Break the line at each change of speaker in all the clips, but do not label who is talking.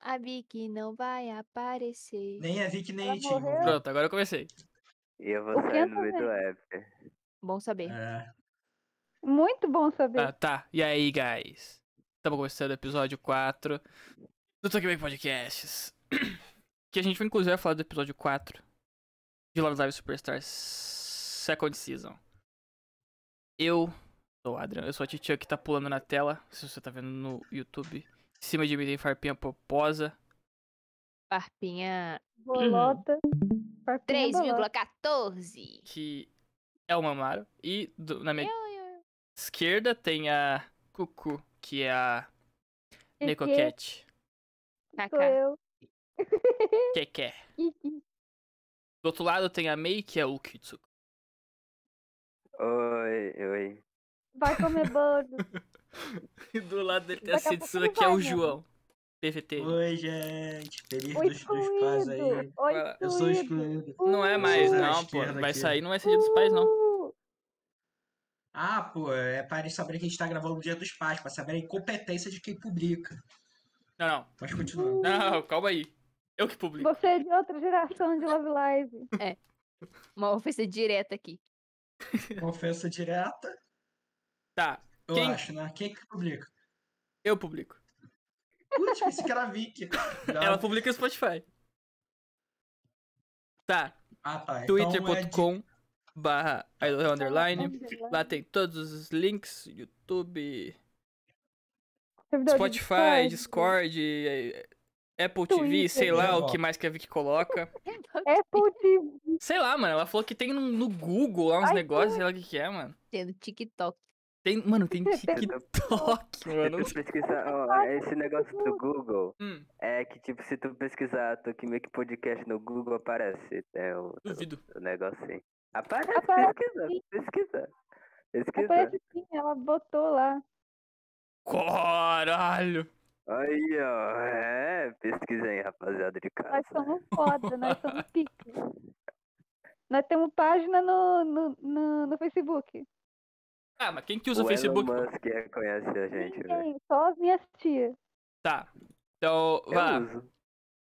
A Vicky não vai aparecer.
Nem a Vic, nem
Ela
o Tinho.
morreu?
Pronto, agora eu comecei.
E eu vou
O que
sair
eu
no meio do F.
Bom saber.
É,
Muito bom
Ah,
saber.
tá. E aí, guys? Estamos começando o episódio 4 do Talk Back Podcasts. Que a gente vai inclusive falar do episódio 4 de Love Live Superstar Second Season. Eu sou o Adrian, eu sou a Titia que tá pulando na tela, se você tá vendo no YouTube. Em cima de mim tem Farpinha Poposa.
Parpinha
Bolota. Farpinha bolota.
3,14.
que é o Mamaro. E do- na minha esquerda tem a Cucu, que é a
Que que
Necoquete.
Sou
Kaká.
eu.
Keké.
Kiki.
é? Do outro lado tem a Mei, que é o Kitsuko.
Oi, oi.
Vai comer bolo.
E do lado dele tem a
Daqui a pouco
Setsuna,
ele
que é
vai né?
o
mesmo.
João. PVT.
Oi, gente. Feliz
Oi,
dos, dos pais aí.
excluído. Oi,
Fala.
Eu sou
excluído.
excluído.
Não é mais,
Sou da
não, pô.
esquerda
Vai
aqui.
sair, não vai ser dia dos pais, não.
Uh,
Ah, pô, é para eles saberem que a gente tá gravando o Dia dos Pais, pra saber a incompetência de quem publica.
Não, não.
Pode continuar.
Não, calma aí. Eu que publico.
Você é de outra geração de Love Live.
Uma ofensa direta aqui.
Uma ofensa direta,
Tá,
eu
Quem?
acho, né? Quem é que publica?
eu publico.
Putz, pensei que era a Vicky. Não.
Ela publica no Spotify. Tá,
Ah, tá. Então é de-
twitter.com barra idol underline.
Tá, Lá
Lá tem todos os links, YouTube,
Servidor de
Spotify, Discord, eh, Apple TV,
Twitter.
sei lá o
Ó.
que mais que a Vicky coloca.
Apple TV.
Sei lá, mano, ela falou que tem no, no Google lá uns
Ai,
negócios, sei lá o que que é, mano.
Tendo TikTok.
Tem, mano, tem TikTok, mano.
Se tu pesquisar, ó,
Ai,
esse negócio do Google
Hum,
é que, tipo, se tu pesquisar Toque Make Podcast no Google, aparece, né? O,
duvido.
o negócio assim. Aparece,
Aparece,
pesquisa,
sim.
pesquisa. Pesquisa.
Aparece sim, assim, ela botou lá.
Caralho.
Aí, ó, é, pesquisa aí, rapaziada de casa.
Nós somos foda, nós somos pique. Nós temos página no, no, no, no Facebook.
Ah, mas quem que usa
o
Facebook?
Elon Musk é, conhece a gente, velho.
Ninguém, só as minhas tias.
Tá. Então,
Eu
vá.
uso.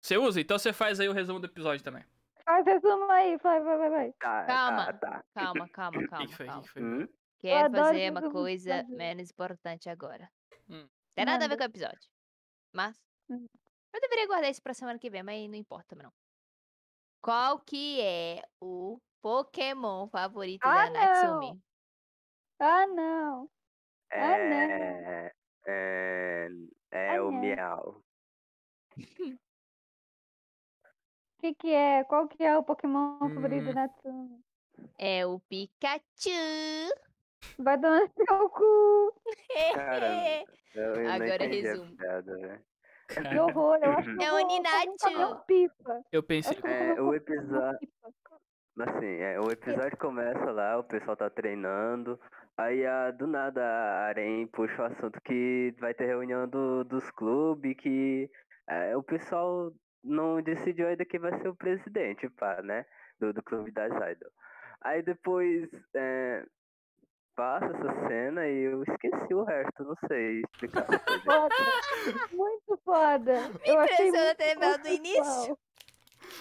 Você usa? Então você faz aí o resumo do episódio também.
Faz resumo aí, vai, vai, vai, vai.
Tá,
Calma.
tá, tá.
Calma, calma,
O que que
calma,
foi? O que
calma.
que foi?
Hum?
Quero
adoro
fazer uma
resumo de
coisa
episódio.
menos importante agora.
Hum.
Tem nada a
Manda.
ver com o episódio. Mas.
Hum.
Eu deveria guardar isso pra semana que vem, mas não importa, não. Qual que é o Pokémon favorito
Ah,
da Natsumi?
Ah, não. Ah, não.
É, é, é
Ah,
o
não.
Miau.
O que, que é? Qual que é o Pokémon favorito
Hum.
da Natsumi?
É o Pikachu!
Vai dar no seu cu.
Cara, Eu, eu não
Agora
entendi a
resumo.
piada, né?
Que horror, eu acho que
É
eu vou
o
fazer um
Ninatsu.
cabelo pipa.
Eu pensei.
Acho que eu vou
É,
fazer um
o
cabelo
episódio.
pipa.
Assim, é, o episódio começa lá, o pessoal tá treinando. Aí a, do nada a Arém puxa o assunto que vai ter reunião do, dos clubes, que é, o pessoal não decidiu ainda quem vai ser o presidente, pá, né? Do, do clube das Idol. Aí depois é, passa essa cena e eu esqueci o resto, não sei explicar.
Foda. Muito foda. Eu achei
impressiona
muito
até ver é do início.
conceitual.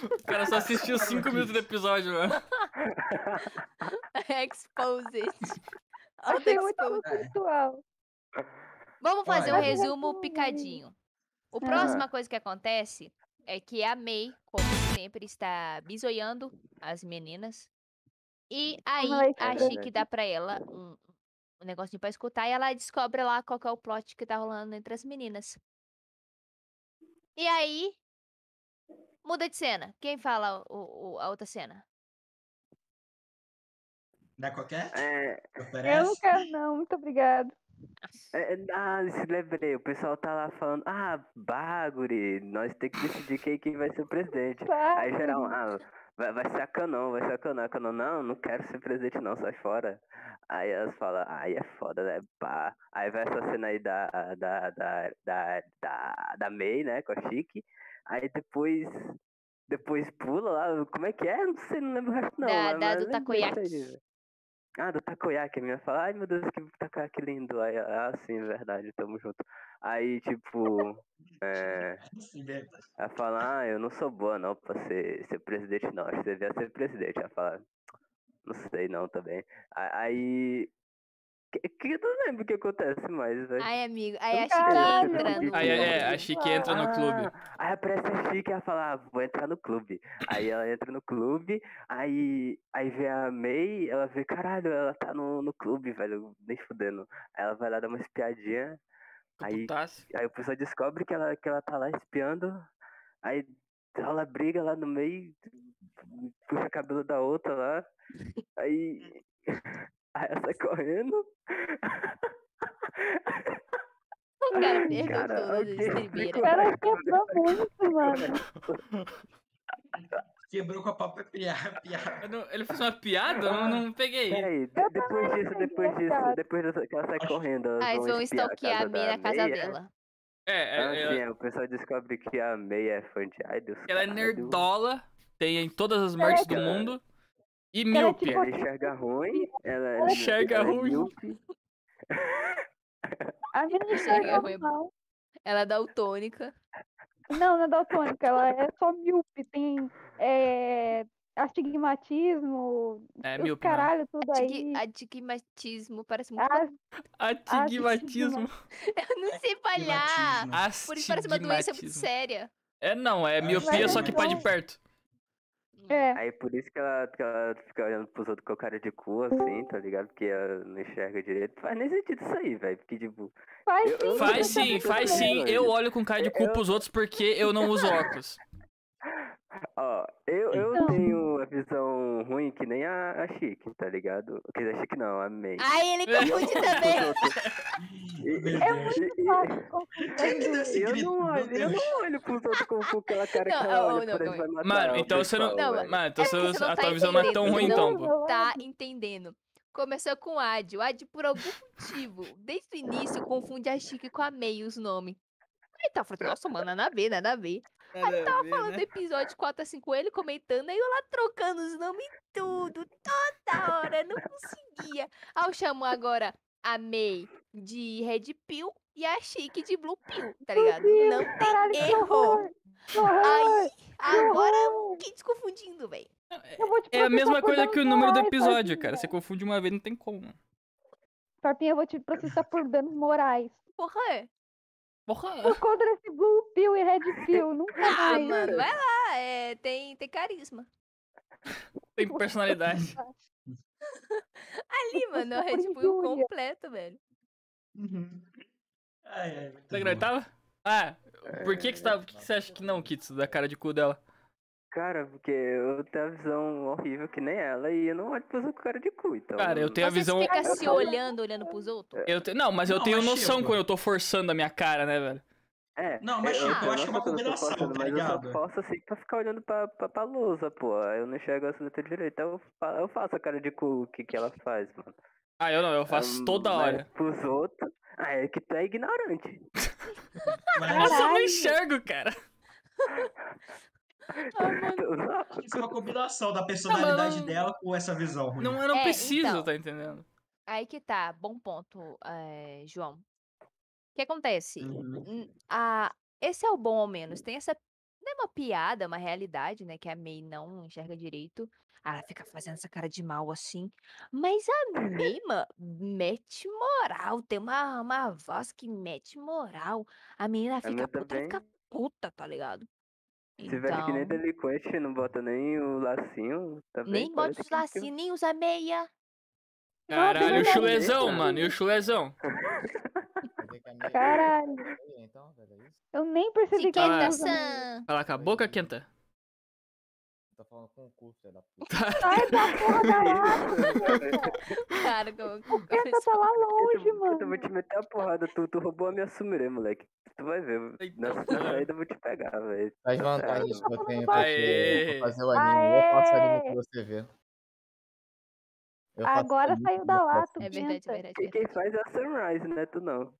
O cara só assistiu 5 minutos do episódio, mano.
Exposed.
Achei muito
Auto-exposed.
conceitual.
Vamos fazer um
é
Olha.
resumo picadinho. O
Ah.
próxima coisa que acontece é que a May, como sempre, está bisoiando as meninas. E aí
Ai,
a
cara.
Chique dá pra ela um, um negocinho pra escutar e ela descobre lá qual que é o plot que tá rolando entre as meninas. E aí muda de cena. Quem fala o- o- a outra cena?
Dá qualquer?
É,
Eu
Oferece?
não quero não, muito obrigada.
é, ah, se lembrei, o pessoal tá lá falando, ah, Baguri, nós temos que decidir quem, quem vai ser o presidente. Aí geral, ah, vai, vai ser a Canon, vai ser a Canon. A Canon, não, não quero ser presidente não, sai fora. Aí elas falam, ai, é foda, né? Pá. Aí vai essa cena aí da, da, da, da, da, da May, né, com a Chique. Aí depois, depois pula lá, como é que é? Não sei, não lembro o resto não.
Da-
mas-
da
mas
do
lembrei isso aí,
takoyaki.
velho. Ah, do takoyaki. A menina fala, ai meu Deus, que takoyaki lindo. Aí, ela, ah, sim, verdade, tamo junto. Aí, tipo, é,
Assim, verdade.
ela fala, ah, eu não sou boa não pra ser, ser presidente não, acho que você devia ser presidente. Ela fala, não sei não também. A- Aí, que, que eu não lembro o que acontece mais, né? velho.
Ai, amigo. Aí a Chique
Caralho.
entra no.
Aí é,
clube.
a Chique entra no clube.
Ah, Aí aparece a Chique e ela fala, ah, vou entrar no clube. Aí ela entra no clube, aí, aí vê a May, ela vê, caralho, ela tá no, no clube, velho, nem fudendo. Aí ela vai lá dar uma espiadinha, Aí-
Putaço.
aí o pessoal descobre que ela, que ela tá lá espiando, aí rola briga lá no meio, puxa o cabelo da outra lá, aí, aí ela sai correndo.
O cara perdeu
Cara,
todas as
alguém
O
estribeiras.
ficou-
cara quebrou muito, mano.
Quebrou com a é própria piada. piada.
Eu não- Ele fez uma piada? Eu não, não peguei.
Peraí, de-
Eu
depois disso,
achei
depois disso,
engraçado.
depois dessa- que ela sai correndo, elas
Aí eles vão
espiar
stalkear a mina na
da
casa
May, é?
dela.
É,
Ah,
é,
sim,
é,
é, o pessoal descobre que a May é fã de Idols.
ela é
caralho.
nerdola, tem em todas as mortes do
Cara,
mundo. E
cara,
míope.
tipo-
Ela enxerga ruim, ela é-
Enxerga
ela é
ruim.
míope.
A mina
Chega,
enxerga
foi-
mal.
Ela é daltônica.
Não, não é daltônica, ela é só míope, tem é, astigmatismo,
É,
os
míope. não.
caralho, tudo aí.
Adig- Adigmatismo parece muito.
Ah,
Atigmatismo.
Eu não sei palhar.
Astigmatismo.
Por isso parece uma doença muito
Astigmatismo.
séria.
É, não, é miopia,
Mas
só que pra de
então-
perto.
é.
Aí por isso que ela, que ela fica olhando pros outros com a cara de cu, assim, tá ligado? Porque ela não enxerga direito. Faz nem sentido isso aí, velho. Porque, tipo,
Faz
Eu-
sim.
Faz
Eu-
sim,
eu-
faz
eu-
sim. Eu olho com cara de cu
Eu-
pros outros porque eu não uso óculos.
ó, eu, eu
Então.
tenho a visão ruim que nem a, a Chique, tá ligado? Quer dizer, a Chique não, a May.
Ai, ele
É.
confunde
Os
Ah, também.
outros-
Meu Deus.
É muito
fácil confundir.
Quem que deu esse
Eu
grito?
não
Meu
olho, eu
tá Deus.
não olho pros outros com, com aquela cara
Não,
que ela
oh,
olha,
não,
por eles
calma
vai matar tá
Mano,
o
então você não.
pessoal,
Não,
velho.
Mano, então
É
você-
porque você não
a
tá
tua visão não é
entendendo,
tão ruim,
entendeu?
então, pô.
Tá entendendo. Começou com o Ad. O Ad, por algum motivo, desde o início, confunde a Chique com a May os nomes. Aí tá falando, nossa, mano, nada a ver, nada a ver. Aí tava
né?
falando do episódio 4 a 5, ele comentando, aí eu lá trocando os nomes e tudo, toda hora, não conseguia. Aí eu chamo agora a May de Red Pill e a Chique de Blue Pill, tá ligado? Não
Caralho,
tem
que
erro.
horror. Que horror.
Aí, agora
horror.
fiquei desconfundindo, velho.
Eu vou te
É a
processar
mesma
por
coisa
danos
que o número do
morais,
episódio,
Farpinha.
cara. Você confunde uma vez, não tem como. mano.
Farpinha, eu vou te processar por danos morais.
Porra, é.
Porra.
Por conta desse Blue Pill e Red Pill. Nunca
Ah,
mais.
mano, vai lá, é, tem, tem carisma.
Tem personalidade.
Ali, mano, é o
sou
Red Bull
Júlia.
completo, velho.
Uhum. Ai, ai, muito
Tá
bom.
na oitava? Ah, por que, que, você, tá, por que que você acha que não, Kitsu, da cara de cu dela?
Cara, porque eu tenho a visão horrível que nem ela e eu não olho pros outros com cara de cu, então.
Cara, eu tenho a
Vocês
visão.
ficam se
Eu-
olhando, olhando pros outros?
Eu te- Não, mas eu
Não,
tenho
mas
noção
chega.
quando eu tô forçando a minha cara, né, velho?
É,
Não, mas
eu-
tipo, eu acho que é uma
noto eu tô
combinação,
forçando,
tá
mas eu só
ligado?
posso assim pra ficar olhando pra, pra, pra lousa, pô. Eu não enxergo a silhueta direito. Então eu, fa- eu faço a cara de cu que, que ela faz, mano.
Ah, eu não, eu faço
Ahn,
toda
Hum, mas
hora.
Pros outros. Ah, é que tu é ignorante.
Eu
Mas
só não
Caralho.
enxergo, cara.
Ah, mano.
Eu não-
isso é uma combinação da personalidade
não-
dela com essa visão ruim.
Não, eu não
É,
preciso,
então.
tá entendendo?
Aí que tá, bom ponto, eh, João. O que acontece?
Uhum.
N- a- Hum, esse é o bom ao menos. Tem essa. Não é uma piada, é uma realidade, né? Que a May não enxerga direito. Ah, Ela fica fazendo essa cara de mal assim. Mas a May, mano, mete moral. Tem uma, uma voz que mete moral. A menina fica
minha
puta, ela fica puta, tá ligado? Então,
Se veste que nem delinquente, não bota nem o lacinho. Também,
nem bota
parece
os
que- que-
lacinhos, nem usa meia.
tem
Caralho, o
nada a ver,
chulezão,
cara.
mano. E o chulezão?
Caralho.
Então, velho, é isso?
Eu nem percebi que
Chiqueta
ela
San. Fala com a boca, Kenta.
Tá falando com o curso, filho da puta.
Sai da porra da
um
lata.
Cara, como, como
Essa tá lá
né, Eu
longe,
te- Eu vou
mano.
te meter a porrada, tu, tu roubou a minha sumire, moleque. Tu vai ver.
Então,
Nessa nessa
mano.
saída eu vou te pegar, velho.
As vantagens que eu tenho pra,
Aê.
você, pra fazer o anime, eu faço o anime
Aê.
que você vê. Eu faço
Agora
anime
saiu
que
da
você
lata.
É verdade, é
Pimenta.
verdade.
E quem faz é a Sunrise, né? Tu não.
vê.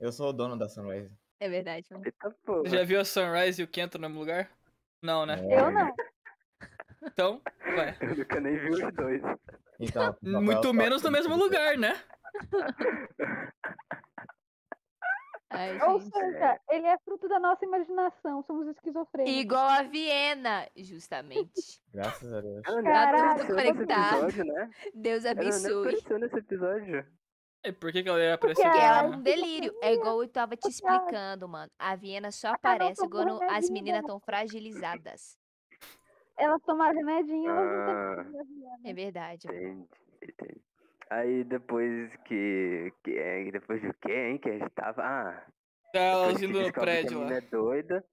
Eu sou o dono da Sunrise.
É verdade, mano.
Eita porra.
Você já viu a Sunrise e o Kenta no mesmo lugar? Não, né?
É.
É.
Eu não.
Então, ué.
Eu nunca nem vi os dois.
Então, Papai
Muito
tá
Noel
menos no
só-
mesmo lugar, né?
é
Ai,
Ou
gente.
seja, ele é fruto da nossa imaginação, somos esquizofrênicos.
Igual a Viena, justamente.
Graças a Deus.
Ela não
Caralho,
apareceu né? nesse
conectado.
episódio, né?
Deus
Ela não
abençoe.
apareceu nesse episódio.
E por que, que ela ia aparecer né?
Porque
Que é
Cara,
um delírio. É igual eu tava te explicando, mano. A Viena só aparece
tomou
quando as
remedinho,
meninas
né?
estão fragilizadas.
Elas tomaram remedinho, elas não têm
Ah,
É verdade. mano.
entendi, entendi. Aí depois que. que é, depois do que, hein? Que a gente tava. Ah,
Elas
Quando
Tá indo no
descobre que a
prédio lá.
menina é doida.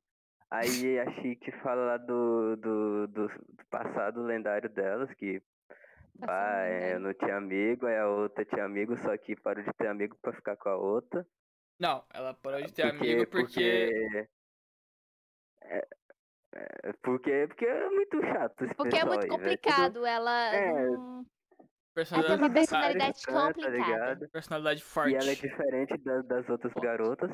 Aí a Chique fala lá do, do, do, do passado lendário delas, que
Passado
bah, é, eu
lendário.
não tinha amigo, aí a outra tinha amigo, só que parou de ter amigo pra ficar com a outra.
Não, ela parou de ter amigo porque.
Porque é, é, porque, porque é muito chato esse
Porque é
pessoal
muito
aí, velho. Tudo-
complicado. Ela.
É,
não-
personalidade-
Ela tem uma
sabe?
personalidade
estranho,
complicada.
é tá ligado?
personalidade
E ela é
forte.
diferente da- das outras
Forte.
garotas.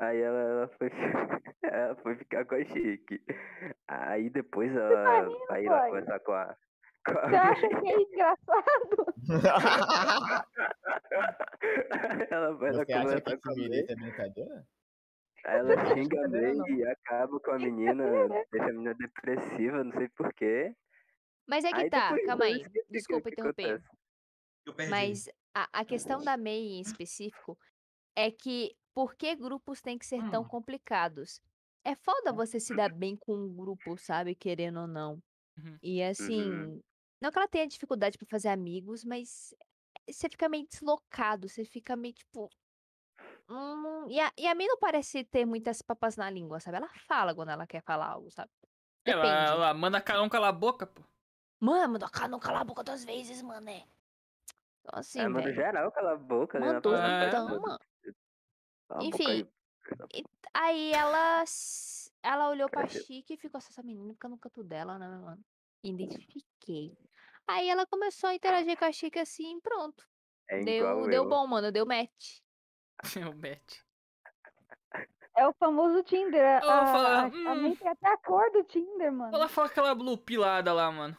Aí ela, ela, foi, ela foi ficar com a Chique. Aí depois
tá
ela vai lá
foi?
conversar com a. Com
Você
a
acha que é engraçado?
tá
ela vai lá
Você acha que
conversar com a May.
timidez é brincadeira?
Aí
tá
ela xinga a
brincadeira,
May
não.
e acaba com a menina,
Brincadeira.
deixa a menina depressiva, não sei porquê.
Mas é que
Aí
tá,
depois
calma
eu
aí.
esqueci o que-
Desculpa
o que
interromper.
acontece.
Eu perdi.
Mas a, a questão da MEI em específico é que por que grupos têm que ser tão
Hum.
complicados? É
Hum.
foda você se dar bem com um grupo, sabe? Querendo ou não.
Uhum.
E assim, não que ela tenha dificuldade pra fazer amigos, mas você fica meio deslocado, você fica meio tipo. hum, e, a, e a May não parece ter muitas papas na língua, sabe? Ela fala quando ela quer falar algo, sabe?
Ela,
Depende.
ela manda cada um calar a boca, pô.
Mano, não cala- não cala a boca duas vezes, mané. Então, assim,
Ela manda
velho,
É, geral cala a boca, né? Ela
mandou,
fala,
tá
"Vai
então,
todo-
mano.
cala a boca
Enfim,
aí".
Aí ela, s- ela olhou pra
Cresceu.
Chique e ficou "Nossa, essa menina fica no canto dela, né, mano? Identifiquei. Aí ela começou a interagir com a Chique assim, pronto.
É igual
Deu, deu
eu.
bom, mano, deu match.
o Matt.
É o famoso Tinder. A,
Eu vou falar,
a, a, a
hum.
mãe tem até a cor do Tinder, mano.
Ela fala aquela blue pilada lá, mano.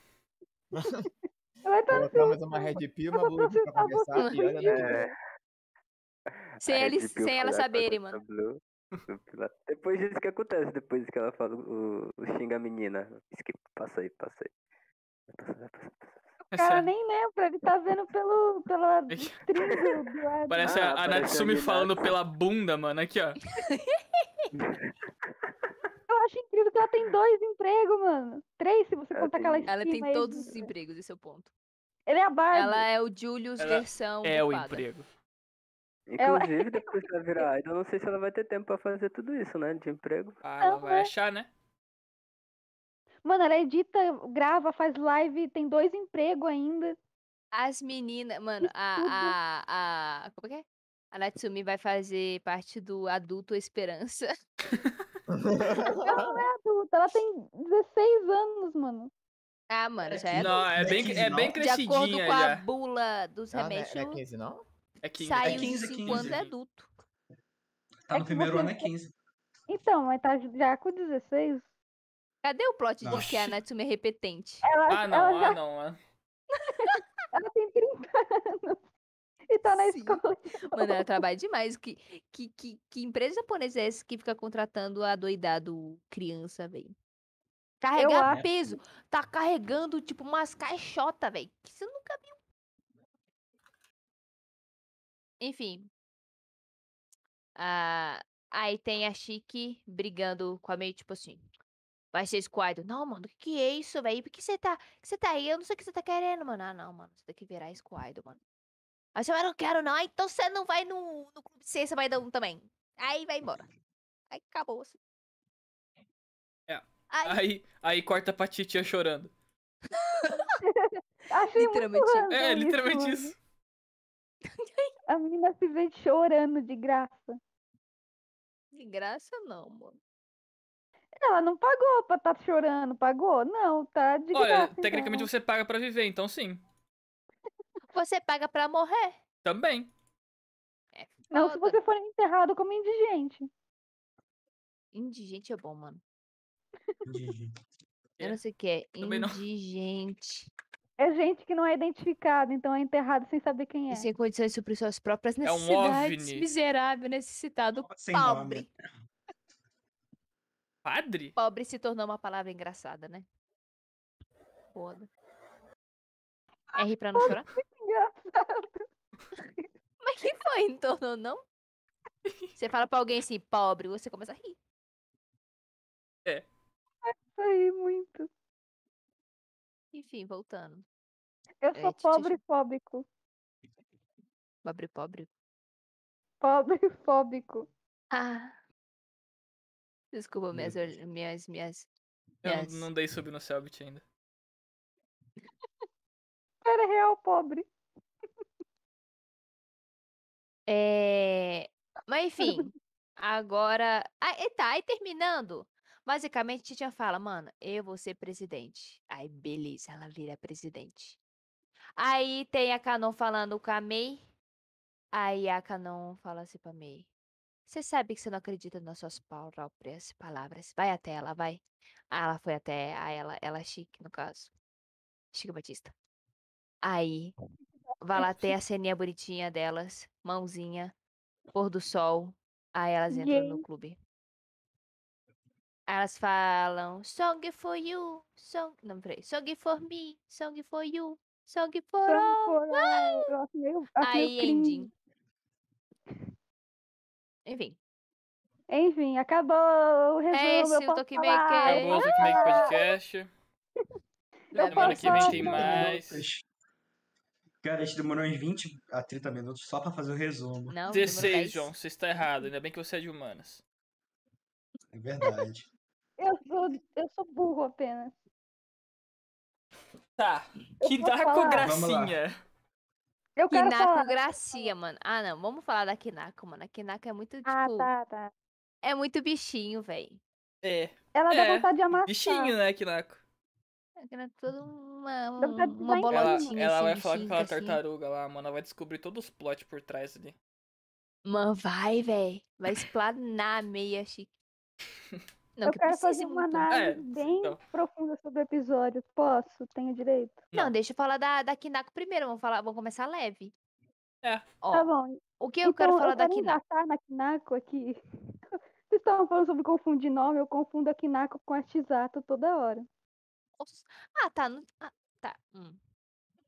Ela tá
Colocamos uma red pill, uma
Eu
blue pill pra
tava
conversar e olha
pensando
lá.
É.
Sem,
A Red
eles,
Pill
sem elas
foi lá,
saberem,
foi
mano.
contra Blue, foi pra lá. Depois disso que acontece, depois que ela fala o, o xinga a menina. Skip, passa aí, passa aí. Vai passar, vai passar.
O cara nem lembra, ele tá vendo pelo, pela trilha do, do ar-
Parece
Ah,
a- a,
apareceu
Natsumi
ali na-
falando pela bunda, mano. Aqui, ó.
Eu acho incrível que ela tem dois empregos, mano. Três, se você
Ela
contar
tem-
aquela
Ela tem
esquina aí
todos
de-
os empregos, esse é o ponto.
Ele é a Barbie.
Ela é o Julius
Ela
versão
É o
bufada.
emprego.
É,
Ela-
Inclusive, depois que ela virar idol, eu não sei se ela vai ter tempo pra fazer tudo isso, né? De emprego.
Ah, ela
Não,
vai
né?
achar, né?
Mano, ela edita, grava, faz live, tem dois empregos ainda.
As meninas, mano,
tudo.
a, a, a. Como é que é? A Natsumi vai fazer parte do Adulto Esperança.
Tá.
Adulta, ela tem 16 anos, mano.
Ah, mano, já
que
é.
Não, é
É
bem,
15,
é bem
não?
De acordo
crescidinha
com a
já.
bula dos
Ela não é-
remédios,
não é 15, não?
É 15.
saiu
É
de
15,
5 anos
15.
é adulto.
Tá no
É que
primeiro
você-
ano é 15.
Então, mas tá já com 16.
Cadê o plot de que a
Nossa.
Natsume é repetente?
Ela,
Ah,
ela
não,
já
ah, não. ah.
ela tem 30 anos. E tá na
Sim.
escola.
Mano,
é
ela trabalha demais. Que, que, que, que empresa japonesa é essa que fica contratando a doidado criança, velho? Carregar
acho-
peso. Tá carregando, tipo, umas caixotas, velho. Que você nunca viu. Enfim. Ah, aí tem a Chique brigando com a meio, tipo assim. Vai ser Squirtle. Não, mano, o que, que é isso, velho? Por que você tá, que você tá aí? Eu não sei o que você tá querendo, mano. Ah, não, mano. Você tem que virar Squirtle, mano. Aí você, mas eu não quero, não. Ah, então você não vai no, no Clube de Ciência vai dar um também. Aí vai embora. Aí acabou. assim.
É.
Aí,
Aí, aí corta pra titia chorando.
Achei muito
literalmente.
random
É, literalmente
mano.
isso.
A menina se vê chorando de graça.
De graça, não, mano.
Ela não pagou pra tá chorando, pagou? Não, tá de
Olha,
graça.
tecnicamente
então.
você paga pra viver, então sim.
Você paga pra morrer.
Também.
É
Não, se
foda.
você for enterrado como indigente.
Indigente é bom, mano.
Entendi.
Eu
É.
não sei o que é.
Também não.
Indigente.
É gente que não é identificada, então é enterrado sem saber quem é.
E sem condições de suprir suas próprias
É um
necessidades.
OVNI.
miserável, necessitado,
Sem
pobre.
nome.
Padre?
Pobre se tornou uma palavra engraçada, né? Foda. R pra não chorar? Mas que foi? Não tornou, não? Você fala pra alguém assim, pobre, você começa a rir.
Isso aí, muito.
Enfim, voltando.
Eu sou
Titi.
pobre fóbico.
Pobre, pobre.
Pobre fóbico.
Ah. Desculpa,
Meu
minhas, ol- minhas, minhas.
Eu
minhas-
não- não dei sub no Selbit ainda.
Cara, é real pobre.
É... Mas enfim, agora. Ah, e tá, aí terminando. Basicamente, a Titian fala, mano, eu vou ser presidente. Aí, beleza, ela vira presidente. Aí tem a Canon falando com a May. Aí a Canon fala assim pra May. Você sabe que você não acredita nas suas pau- próprias palavras. Vai até ela, vai. Ah, ela foi até a ela, ela é chique, no caso. Chica Batista. Aí Vai lá ter a ceninha bonitinha delas, mãozinha, pôr do sol. Aí elas entram no clube. Aí Elas falam Song for you, song. Não, peraí. Song for me, song for you, song for all.
Coral, Então, né, eu acho meio- acho meio
Aí,
cringe.
ending. Enfim.
Enfim, acabou.
É
Resumo, eu
esse o
posso falar.
Tokimaker.
Acabou o Make Podcast.
Eu
Semana que vem
posso-
tem mais.
Cara, a gente demorou uns 20 a 30 minutos só pra fazer o resumo.
Não, demorou
16,
10.
João, você está errado. Ainda bem que você é de humanas.
É verdade.
Eu sou, eu sou burro apenas.
Tá. Que
vou
dá com
falar.
gracinha.
Eu quero
Kinako
falar.
Gracia, mano. Ah, não. Vamos falar da Kinako, mano. A Kinako é muito, tipo.
Ah, tá, tá.
É muito bichinho, velho.
É.
Ela
É,
dá vontade de amassar.
Bichinho, né, Kinako?
Era é toda uma,
Dá vontade de
uma
dar em cima.
Ela,
bolotinha.
ela
assim,
vai falar com
bichinho,
aquela
casquinha.
tartaruga lá, mano. Ela vai descobrir todos os plots por trás ali.
Mano, vai, véi. Vai esplanar a meia chique. Não,
eu
que
quero
precisa
fazer uma
muito.
análise
É,
bem
então.
profunda sobre o episódio. Posso? Tenho direito?
Não, deixa eu falar da, da Kinako primeiro. Vamos, falar, vamos começar leve.
É.
Ó,
tá bom.
o que eu quero
Então,
falar
eu
da
quero
Kinako?
engatar na Kinako aqui. Vocês estavam falando sobre confundir nome, eu confundo a Kinako com a Shizato toda hora.
Ah, tá. não- ah, tá. hum.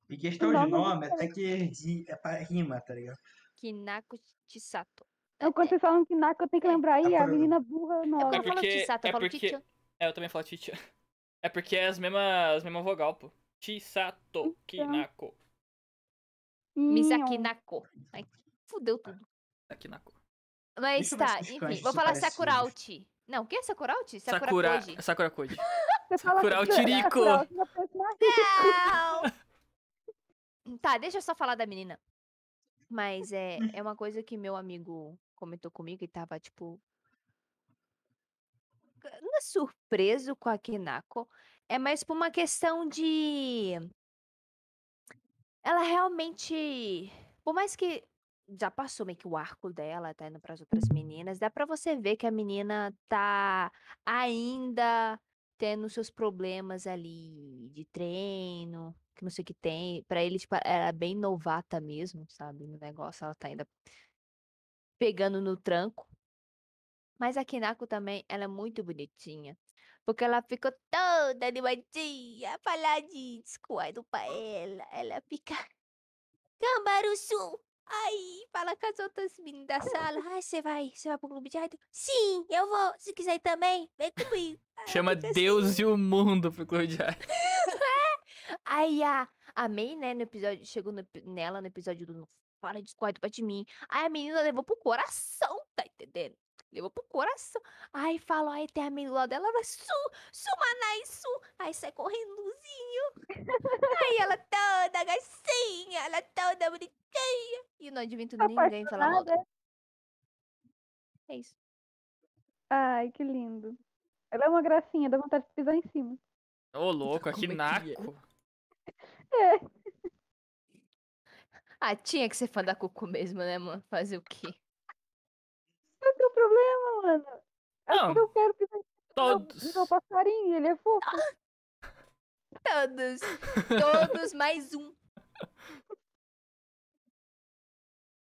E questão
Não,
de
não
nome,
vou
até que ri- é pra rima, tá ligado?
Kinako Chisato.
Então, quando
É,
vocês falam Kinako, eu tenho que
É.
lembrar. Ih, a
Agora-
menina burra
é porque
nova.
eu falo
porque-
Chisato, eu
é
falo
porque-
Chicha.
É, eu também falo Chicha. É porque é as mesmas, as mesmas vogal, pô. Chisato, Kinako.
Nhon.
Misakinako. Ai, fudeu tudo.
Tá, Kinako.
Mas
Deixa eu ver
tá,
se os
enfim.
kanjis
Vou
são
falar
parecidos.
Sakurauti. Não, o que é Sakurauti?
Sakura,
Sakurakoji.
Sakura Koji.
Você fala
Sakura, o
Sakura,
Tirico.
Sakura, você pensa na
Não! tá, deixa eu só falar da menina. Mas é, é uma coisa que meu amigo comentou comigo e tava, tipo. c- Não é surpreso com a Kinako. É mais por uma questão de. Ela realmente. Por mais que já passou meio que o arco dela, tá indo pras outras meninas, dá pra você ver que a menina tá ainda tendo seus problemas ali de treino, que não sei o que tem. Pra ele, tipo, era bem novata mesmo, sabe? No negócio, ela tá ainda pegando no tranco. Mas a Kinako também, ela é muito bonitinha. Porque ela ficou toda animadinha, faladinha, coisas pra ela. Ela fica. Cambaruçu! Aí, fala com as outras meninas da sala. Ai, você vai, você vai pro clube de idol? Sim, eu vou. Se quiser ir também, vem comigo. Aí ela
Chama
fica assim.
Deus e o Mundo pro Clodiar.
Aí a, a May, né, no episódio, chegou no epi- nela no episódio do Não Fala Discord pra de mim. Aí a menina levou pro coração, tá entendendo? Levou pro coração. Aí falou, aí tem a menina lá dela, ela, su, su, manai, su. Aí sai correndo, luzinho. aí ela toda gacinha, ela toda bonitinha. E não admito ninguém falar mal. dela.
Apaixonada.
É isso.
Ai, que lindo. Ela é uma gracinha, dá vontade de pisar em cima.
Ô, louco, a
Como é que é?
Kinako.
É,
Ah, tinha que ser fã da Cucu mesmo, né, mano? Fazer o quê?
qual que é o problema, mano? É
Não.
porque eu um quero pisar em cima do meu-
Todos.
do meu passarinho, ele é fofo.
Todos. Todos mais um.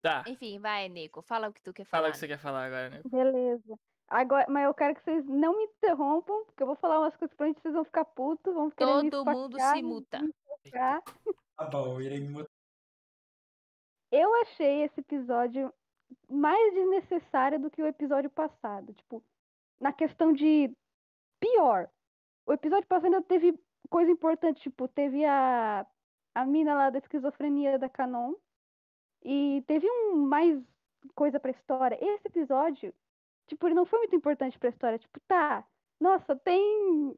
Tá,
Enfim, vai, Nico. Fala o que tu quer falar.
fala o que você quer falar agora, né?
Beleza. Agora, mas eu quero que vocês não me interrompam, porque eu vou falar umas coisas pra gente, vocês vão ficar putos, vão querer me
Todo mundo
esfaquear,
se
me
muta.
enforcar.
Tá bom, eu irei me mutar.
Eu achei esse episódio mais desnecessário do que o episódio passado. Tipo, na questão de pior. O episódio passado ainda teve coisa importante, tipo, teve a, a mina lá da esquizofrenia da Canon. E teve um mais coisa pra história. Esse episódio, tipo, ele não foi muito importante pra história. Tipo, tá, nossa, tem.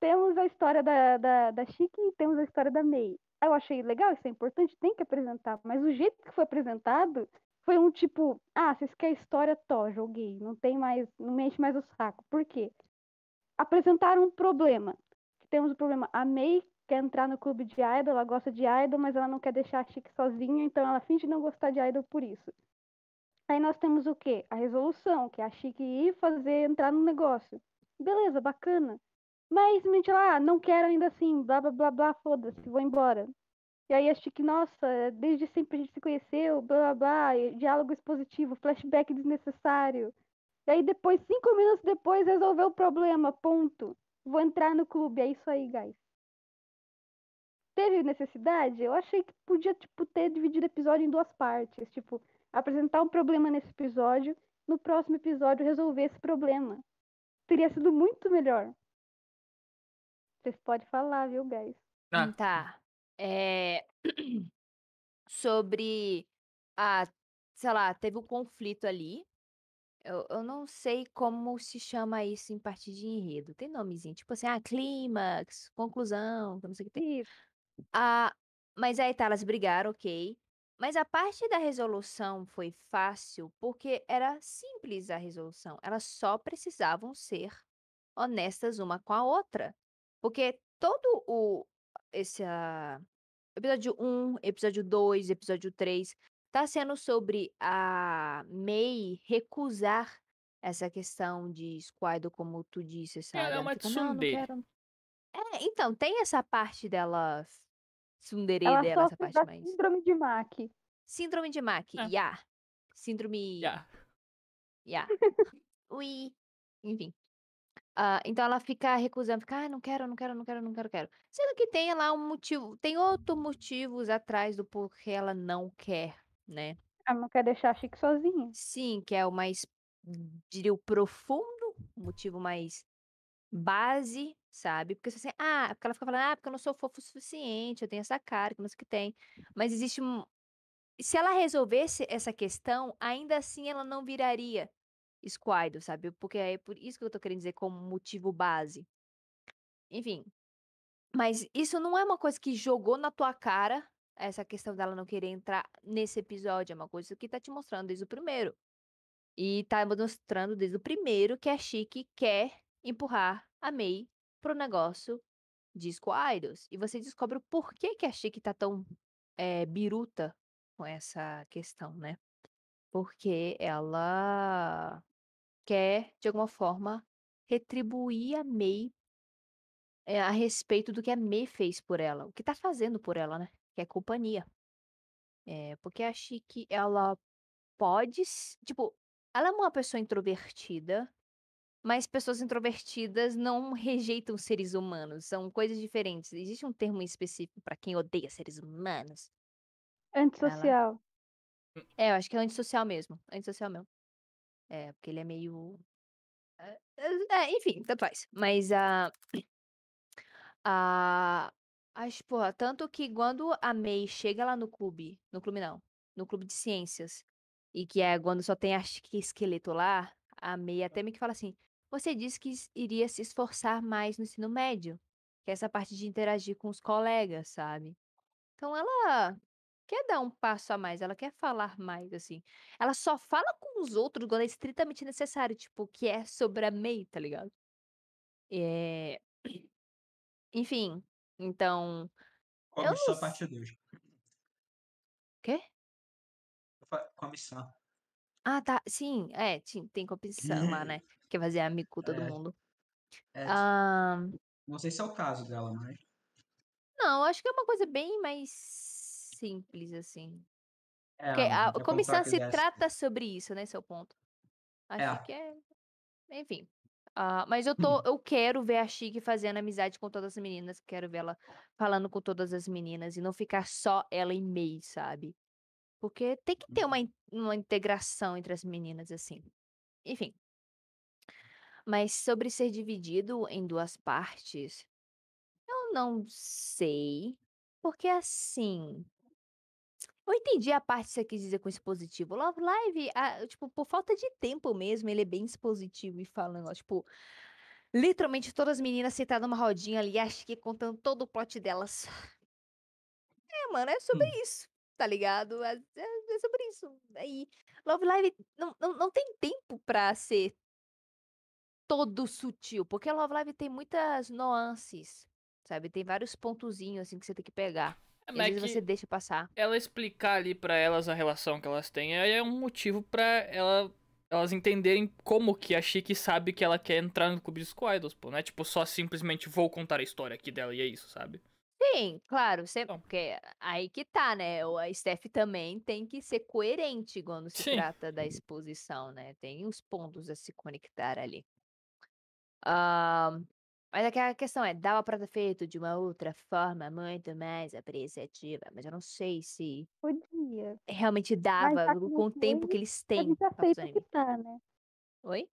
Temos a história da, da, da Chique e temos a história da May. Eu achei legal, isso é importante, tem que apresentar. Mas o jeito que foi apresentado foi um tipo, ah, vocês querem história, tó, joguei. Não tem mais, não mexe mais o saco. Por quê? Apresentaram um problema. Temos o problema, a May quer entrar no clube de idol, ela gosta de idol, mas ela não quer deixar a Chique sozinha, então ela finge não gostar de idol por isso. Aí nós temos o quê? A resolução, que é a Chique ir fazer, entrar no negócio. Beleza, bacana. Mas, mente lá, ah, não quero ainda assim, blá blá blá blá, foda-se, vou embora. E aí a Chique, nossa, é, desde sempre a gente se conheceu, blá blá blá, e diálogo expositivo, flashback desnecessário. E aí depois, cinco minutos depois, resolveu o problema, ponto. Vou entrar no clube, é isso aí, guys. Teve necessidade? Eu achei que podia, tipo, ter dividido o episódio em duas partes. Tipo, apresentar um problema nesse episódio, no próximo episódio resolver esse problema. Teria sido muito melhor. Vocês podem falar, viu, guys?
Ah.
Tá. É... Sobre a, sei lá, teve um conflito ali. Eu, eu não sei como se chama isso em parte de enredo. Tem nomezinho, tipo assim, ah, clímax, conclusão, que não sei o que tem.
Isso.
Ah, mas aí tá, elas brigaram, ok. Mas a parte da resolução foi fácil porque era simples a resolução. Elas só precisavam ser honestas uma com a outra. Porque todo o. Esse. ah, episódio 1, episódio 2, episódio 3, tá sendo sobre a May recusar essa questão de Squidle, como tu disse, sabe?
Ela é uma
fica, "Não, não
tsundere."
quero." É, então, tem essa parte dela tsundere
Ela
dela, essa
sofre
parte
da
mais.
síndrome de Mac.
Síndrome de Mack,
É.
ya. Síndrome.
Já.
Ya. Ui. Enfim. Ah, então ela fica recusando, fica, ah, não quero, não quero, não quero, não quero, quero. Sendo que tem lá um motivo, tem outros motivos atrás do porquê ela não quer, né?
Ela não quer deixar a Chique sozinha.
Sim, que é o mais, diria, o profundo, o motivo mais base, sabe? Porque se você, ah, porque ela fica falando, ah, porque eu não sou fofo o suficiente, eu tenho essa cara, que não sei o que tem. Mas existe um. Se ela resolvesse essa questão, ainda assim ela não viraria Squidle, sabe? Porque é por isso que eu tô querendo dizer como motivo base. Enfim. Mas isso não é uma coisa que jogou na tua cara essa questão dela não querer entrar nesse episódio. É uma coisa que tá te mostrando desde o primeiro. E tá mostrando desde o primeiro que a Chique quer empurrar a May pro negócio de Squidles. E você descobre o porquê que a Chique tá tão eh, biruta com essa questão, né? Porque ela quer, de alguma forma, retribuir a May eh, a respeito do que a May fez por ela. O que tá fazendo por ela, né? que é companhia. É, porque a Chique, ela pode. s- Tipo, ela é uma pessoa introvertida, mas pessoas introvertidas não rejeitam seres humanos. São coisas diferentes. Existe um termo em específico para quem odeia seres humanos.
Antissocial.
É, eu acho que é antissocial mesmo. Antissocial mesmo. É, porque ele é meio. É, é, é, enfim, tanto faz. Mas a. A. Acho, porra, tanto que quando a May chega lá no clube. No clube não. No clube de ciências. E que é quando só tem acho que esqueleto lá. A May até meio que fala assim: Você disse que is- iria se esforçar mais no ensino médio. Que é essa parte de interagir com os colegas, sabe? Então ela quer dar um passo a mais, ela quer falar mais, assim. Ela só fala com os outros quando é estritamente necessário, tipo, que é sobre a May, tá ligado? É... Enfim, então.
Come só
não
parte 2.
Quê?
Come só.
Ah, tá. Sim, é, ti- tem competição lá, né? Quer fazer amigo com todo
É.
mundo.
É,
Ah,
Não sei se é o caso dela, mas.
Não, acho que é uma coisa bem mais simples, assim.
É,
Porque
não
a
tem como
comissão
trocar
se
ideia.
trata sobre isso, né, seu ponto? Acho
assim. É. Uhum.
que é. Enfim. Ah, mas eu tô, eu quero ver a Chique fazendo amizade com todas as meninas. Quero ver ela falando com todas as meninas e não ficar só ela e MEI, sabe? Porque tem que
Uhum.
ter uma, in- uma integração entre as meninas, assim. Enfim. Mas sobre ser dividido em duas partes, eu não sei. Porque assim. Eu entendi a parte que você quis dizer com expositivo. O Love Live, ah, tipo, por falta de tempo mesmo, ele é bem expositivo e fala um negócio, tipo, literalmente todas as meninas sentadas numa rodinha ali, acho que contando todo o plot delas. É, mano, é sobre
Hum.
isso, tá ligado? É, é- é sobre isso. Aí, Love Live não, não, não tem tempo pra ser todo sutil, porque Love Live tem muitas nuances, sabe? Tem vários pontozinhos, assim, que você tem que pegar. E às
Mas é
vezes
que
você deixa passar.
ela explicar ali pra elas a relação que elas têm aí é um motivo pra ela, elas entenderem como que a Chique sabe que ela quer entrar no clube dos Coidos, pô. Não é tipo só simplesmente vou contar a história aqui dela e é isso, sabe?
Sim, claro, sempre,
Então.
porque aí que tá, né? O- A Steph também tem que ser coerente quando se
Sim.
trata da exposição, né? Tem os pontos a se conectar ali. Ah, mas aqui a questão é, dava pra ter feito de uma outra forma muito mais apreciativa, mas eu não sei se
Podia.
realmente dava
tá
com o
com
tempo
dois,
que eles
A
têm
gente
pra fazer
aceita o que
anime.
tá, né?
Oi?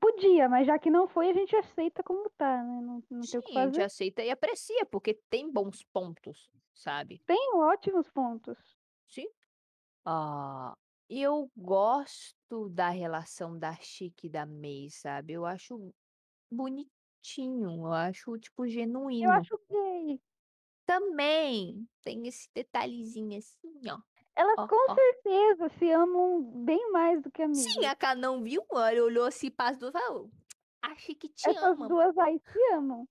Podia, mas já que não foi, a gente aceita como tá, né? Não, não tem o que
Sim, a gente
fazer.
aceita e aprecia, porque tem bons pontos, sabe?
Tem ótimos pontos.
Sim. Ah, eu gosto da relação da Chique e da May, sabe? Eu acho bonitinho, eu acho, tipo, genuíno.
Eu acho gay.
Também tem esse detalhezinho assim, ó.
Elas
Ó,
com
ó.
certeza se amam bem mais do que amigas.
Sim, a Ká não viu, ela olhou assim para as duas e falou: A Chique te
Essas
ama.
duas aí se amam.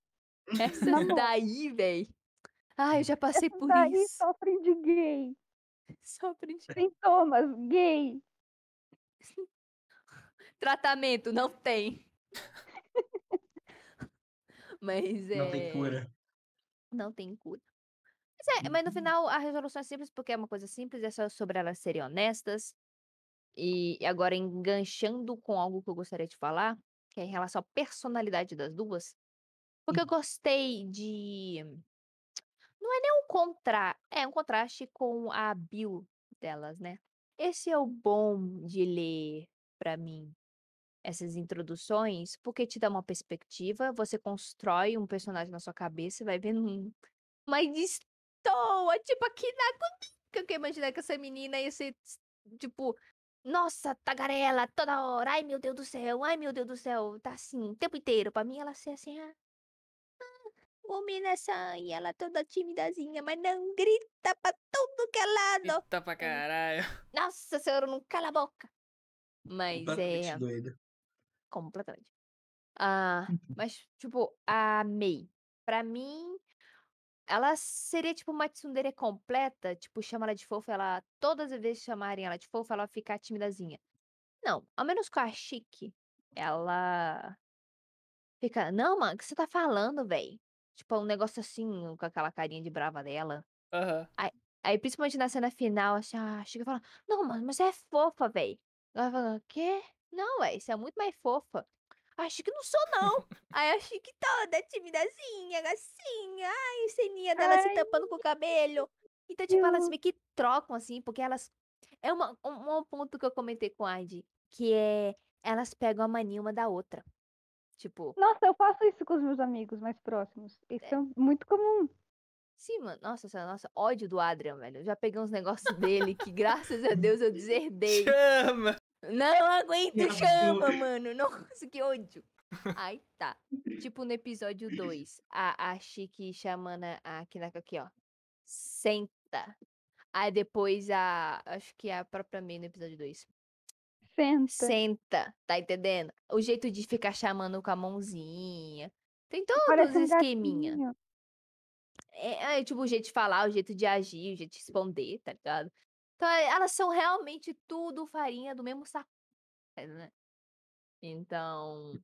Essas
namorou.
daí, véi. Ai, eu já passei por
Daí
isso.
sofrem de gay.
Só aprendi.
Sintomas, gay.
Tratamento, não tem. Mas é.
Não tem cura.
Não tem cura. Mas, é, mas no final a resolução é simples porque é uma coisa simples, é só sobre elas serem honestas. E agora enganchando com algo que eu gostaria de falar, que é em relação à personalidade das duas. Porque eu gostei de. Não é nem um contraste. É um contraste com a bio delas, né? Esse é o bom de ler pra mim essas introduções, porque te dá uma perspectiva, você constrói um personagem na sua cabeça e vai vendo um mas destoa, tipo, aqui na que eu quero imaginar que essa menina ia ser, s- tipo, nossa, tagarela, toda hora, ai meu Deus do céu, ai meu Deus do céu, tá assim, o tempo inteiro. Pra mim, ela ser assim, ah, ah, o menino é essa, e ela toda timidazinha, mas não grita pra tudo que é lado.
Eita pra caralho.
Nossa senhora, não cala a boca. Mas
Completamente
é,
doido.
completamente. Ah, mas, tipo, a Mei, pra mim, ela seria tipo uma tsundere completa, tipo, chama ela de fofa, ela todas as vezes que chamarem ela de fofa, ela fica timidazinha. Não, ao menos com a Chique, ela fica, não, mano, o que você tá falando, véi? Tipo, um negócio assim, com aquela carinha de brava dela.
Aham.
Aí, principalmente na cena final, assim, a Chique fala, não, mano, mas você é fofa, véi. Ela fala, quê? Não, véi, você é muito mais fofa. A Chique não sou, não. Aí a Chique toda timidazinha, gacinha, ai, ceninha dela se
Ai,
tampando com o cabelo. Então, tipo, elas
eu-
meio que trocam, assim, porque elas... É uma, um, um ponto que eu comentei com a Andy, que é... Elas pegam a mania uma da outra. Tipo,
Nossa, eu faço isso com os meus amigos mais próximos. Isso é muito comum.
Sim, mano. Nossa, senhora, nossa, ódio do Adrian, velho. Eu já peguei uns negócios dele que, graças a Deus, eu deserdei.
Chama!
Não aguento
Meu
chama, mano. Nossa, que ódio. Aí tá. Tipo no episódio 2, a, a Chique chamando a- a Kinaka aqui, ó. Senta. Aí depois a. Acho que é a própria May no episódio 2.
Senta.
Senta, tá entendendo? O jeito de ficar chamando com a mãozinha. Tem todos
Parece um
os esqueminha.
gatinho.
É, é, tipo, o jeito de falar, o jeito de agir, o jeito de responder, tá ligado? Então, é, elas são realmente tudo farinha do mesmo saco. tá entendendo? né? Então,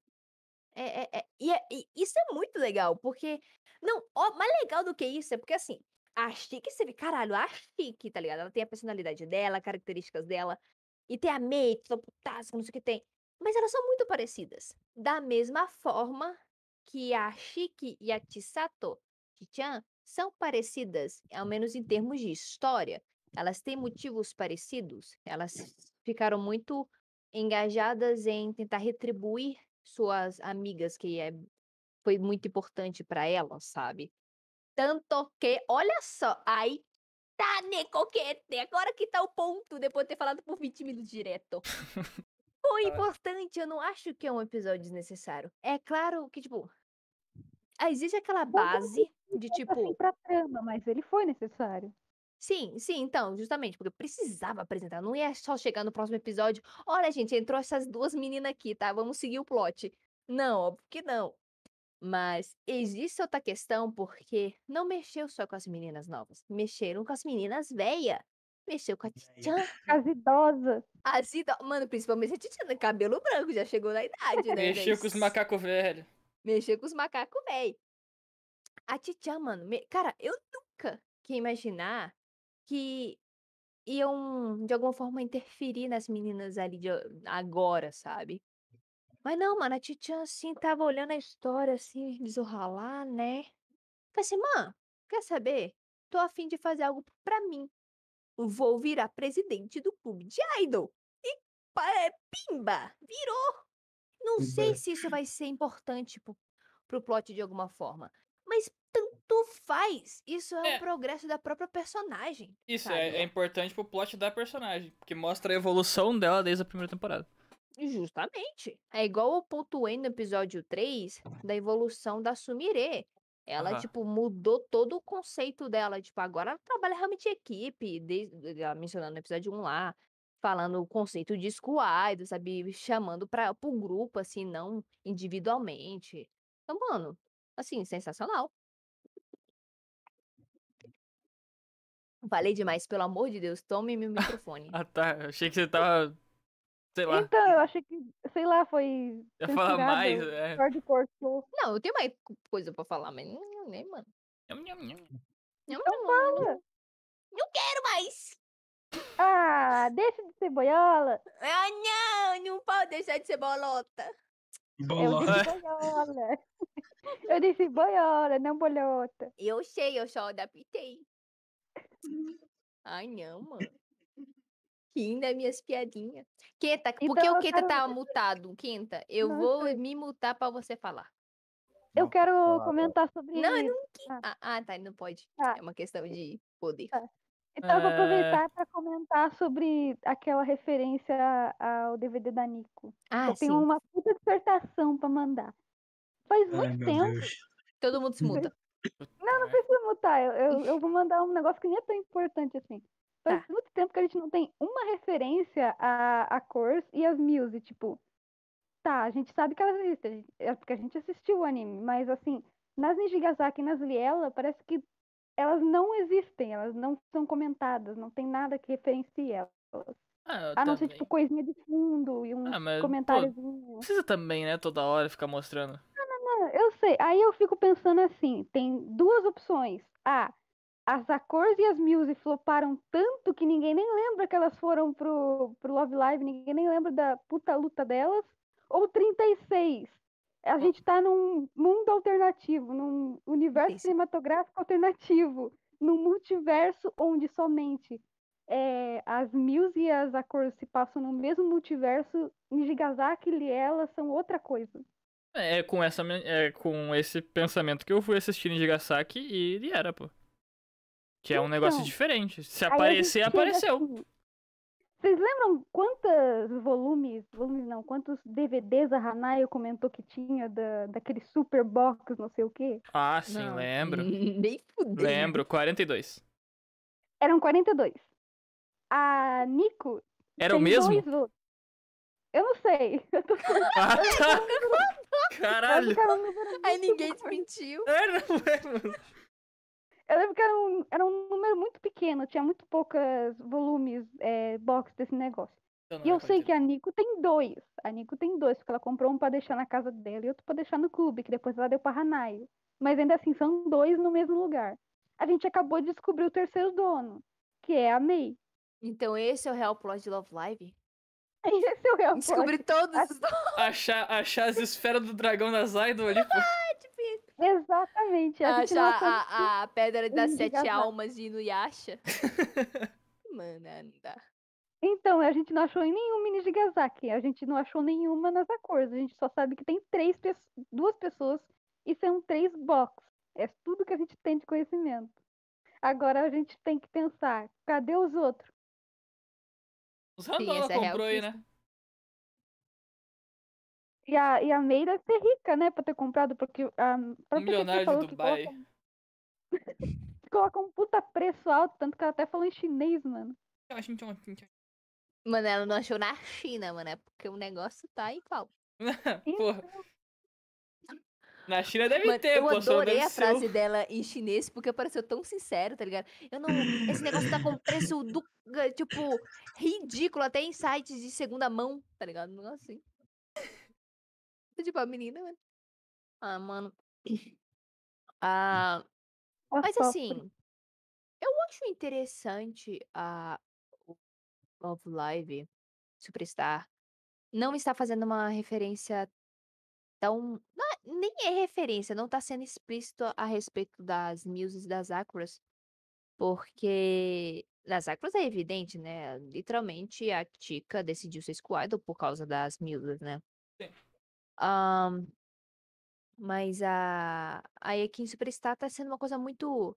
É, é, é- e é- e isso é muito legal, porque. Não, ó, mais legal do que isso é porque assim, a Chique, você vê, caralho, a Chique, tá ligado? Ela tem a personalidade dela, características dela, e tem a May, que toda putaça, não sei o que tem. Mas elas são muito parecidas. Da mesma forma que a Chique e a Chisato, Chichan, são parecidas, ao menos em termos de história. Elas têm motivos parecidos, elas ficaram muito engajadas em tentar retribuir suas amigas, que é, foi muito importante para elas, sabe? Tanto que, olha só, aí tá, né, coquete, agora que tá o ponto, depois de ter falado por 20 minutos direto. Foi importante, eu não acho que é um episódio desnecessário. É claro que, tipo, ah, existe aquela base de, tipo,
Assim, pra trama, mas ele foi necessário.
Sim, sim, então, justamente, porque eu precisava apresentar, não ia só chegar no próximo episódio. Olha, gente, entrou essas duas meninas aqui, tá? Vamos seguir o plot. Não, óbvio que não. Mas existe outra questão, porque não mexeu só com as meninas novas, mexeram com as meninas velha. Mexeu com a Titiana.
As idosas.
As ido... Mano, principalmente a Titiana, cabelo branco, já chegou na idade, né? véi?
Mexeu com os macacos velhos.
Mexer com os macacos, véi. A Titiã, mano. me- Cara, eu nunca que imaginar que iam, de alguma forma, interferir nas meninas ali de a- agora, sabe? Mas não, mano, a Titiã, assim, tava olhando a história, assim, desorralar, né? Falei assim, mano, quer saber? Tô afim de fazer algo pra mim. Vou virar presidente do clube de idol. E, pa- é, pimba, virou. Não sei
Pimba.
se isso vai ser importante pro, pro plot de alguma forma. Mas tanto faz. Isso é,
É.
um progresso da própria personagem.
Isso
sabe?
é, é importante pro plot da personagem, porque mostra a evolução dela desde a primeira temporada.
Justamente. É igual eu pontuei no episódio 3 da evolução da Sumire. Ela,
Aham.
tipo, mudou todo o conceito dela. Tipo, agora ela trabalha realmente em equipe. Desde, ela mencionando no episódio 1 lá, falando o conceito de squad, sabe? Chamando pra, pro grupo, assim, não individualmente. Então, mano, assim, sensacional. Falei demais, pelo amor de Deus, tome meu microfone.
Ah tá, eu achei que você tava. Sei lá,
Então, eu achei que, sei lá, foi.
ia falar
censurado,
mais. É.
Jorge cortou.
Não, eu tenho mais co- coisa pra falar, mas não, nem, mano.
Nham, nham, nham.
Não,
Então
não,
fala.
quero mais!
Ah, deixa de ser boiola.
Ah, não! Não pode deixar de ser bolota!
Eu
Bolota.
disse boiola. Eu disse boiola, não bolhota.
Eu sei, eu só adaptei. Ai, não, mano. Quinta, é minhas piadinhas. Quinta, por que
Então
o
eu
Quinta
quero-
tá mutado? Quinta, eu
Não
vou
sei.
me mutar pra você falar.
Eu
Não,
quero
falar,
comentar sobre
Não, eu
isso.
não. quin- Ah, ah, tá, não pode.
Tá.
É uma questão de poder.
Então eu vou
É.
aproveitar para comentar sobre aquela referência a- ao DVD da Nico.
Ah,
eu tenho um uma puta dissertação para mandar. Faz
Ai,
muito
meu
tempo.
Deus.
Todo mundo se muta.
Não,
Ah,
não precisa mutar. Eu, eu, eu vou mandar um negócio que nem é tão importante assim. Faz
Tá.
muito tempo que a gente não tem uma referência a, a Cores e as Muse. Tipo, tá, a gente sabe que elas existem, a gente- é porque a gente assistiu o anime, mas assim, nas Nijigasaki e nas Liela, parece que elas não existem, elas não são comentadas, não tem nada que referencie elas.
Ah,
A não ser,
também.
tipo, coisinha de fundo e um
Ah, mas, pô,
comentáriozinho.
Não precisa também, né, toda hora ficar mostrando.
Ah, Eu sei. Aí eu fico pensando assim, tem duas opções. A, as Acors e as Muse floparam tanto que ninguém nem lembra que elas foram pro, pro Love Live, ninguém nem lembra da puta luta delas. Ou 36. A gente tá num mundo alternativo, num universo
36.
cinematográfico alternativo, num multiverso onde somente é, as Muse e as Acors se passam no mesmo multiverso, Nijigasaki e Liela são outra coisa.
É com, essa, men- é com esse pensamento que eu fui assistir Nijigasaki e Liera, pô. Que é um negócio
Então,
diferente. Se
Aí a
aparecer,
gente chega
apareceu.
assim, Vocês lembram quantos volumes, volumes não, quantos DVDs a Hanaio comentou que tinha da, daquele super box, não sei o quê?
Ah, sim,
Não,
lembro.
Nem fudeu.
Lembro, 42.
Eram 42. A Nico
Era o
tem
mesmo?
dois vo- Eu não sei. Eu tô
Ah, tá.
eu lembro
Caralho.
que era um número
Aí
muito
ninguém
baixo.
desmentiu.
Era o mesmo.
Eu lembro que era um, era um número muito pequeno, tinha muito poucos volumes, é, eh, box desse negócio.
Então não
E eu
vai
sei que
acontecer.
a Nico tem dois. A Nico tem dois, porque ela comprou um pra deixar na casa dela e outro pra deixar no clube, que depois ela deu pra Hanaio. Mas ainda assim, são dois no mesmo lugar. A gente acabou de descobrir o terceiro dono, que é a May.
Então esse é o real plot de Love Live?
Esse é o real plot. assim,
Descobri todos os nomes.
Achar, achar as esferas do dragão da Zaido ali, pô.
Exatamente. A gente não
Achar
acaba-
Ah, a, a pedra das sete
Indignada.
almas de Inuyasha. Mano, não dá.
Então, a gente não achou em nenhum mini Gigasaki. A gente não achou nenhuma nas acordos. A gente só sabe que tem três pesso- duas pessoas e são três box. É tudo que a gente tem de conhecimento. Agora a gente tem que pensar, cadê os outros?
Os Randola
essa é real
comprou aí, né?
E a, e a May deve ser rica, né? Pra ter comprado, porque a
Um
própria Kiki
milionário
falou
de
que coloca-
Dubai.
coloca um puta preço alto, tanto que ela até falou em chinês, mano.
Mano, ela não achou na China, mano. É porque o negócio tá igual.
Porra. Na China deve
Mano,
ter,
eu
pô. só não
adorei
deve
a
ser o-
frase dela em chinês porque pareceu tão sincero, tá ligado? Eu não. Esse negócio tá com preço do. eh, Tipo, ridículo, até em sites de segunda mão, tá ligado? Um negócio assim. Eu, Tipo, a menina, mano. Ah, mano. Ah,
Ela
mas
sofre.
assim. Eu acho interessante a o Love Live Superstar não está fazendo uma referência tão. não é- nem é referência, não está sendo explícito a respeito das muses das Akuras. Porque das Akuras é evidente, né? Literalmente a Tika decidiu ser Squidle por causa das musas, né?
Sim.
Ahn, mas a. A Ekin Superstar tá sendo uma coisa muito.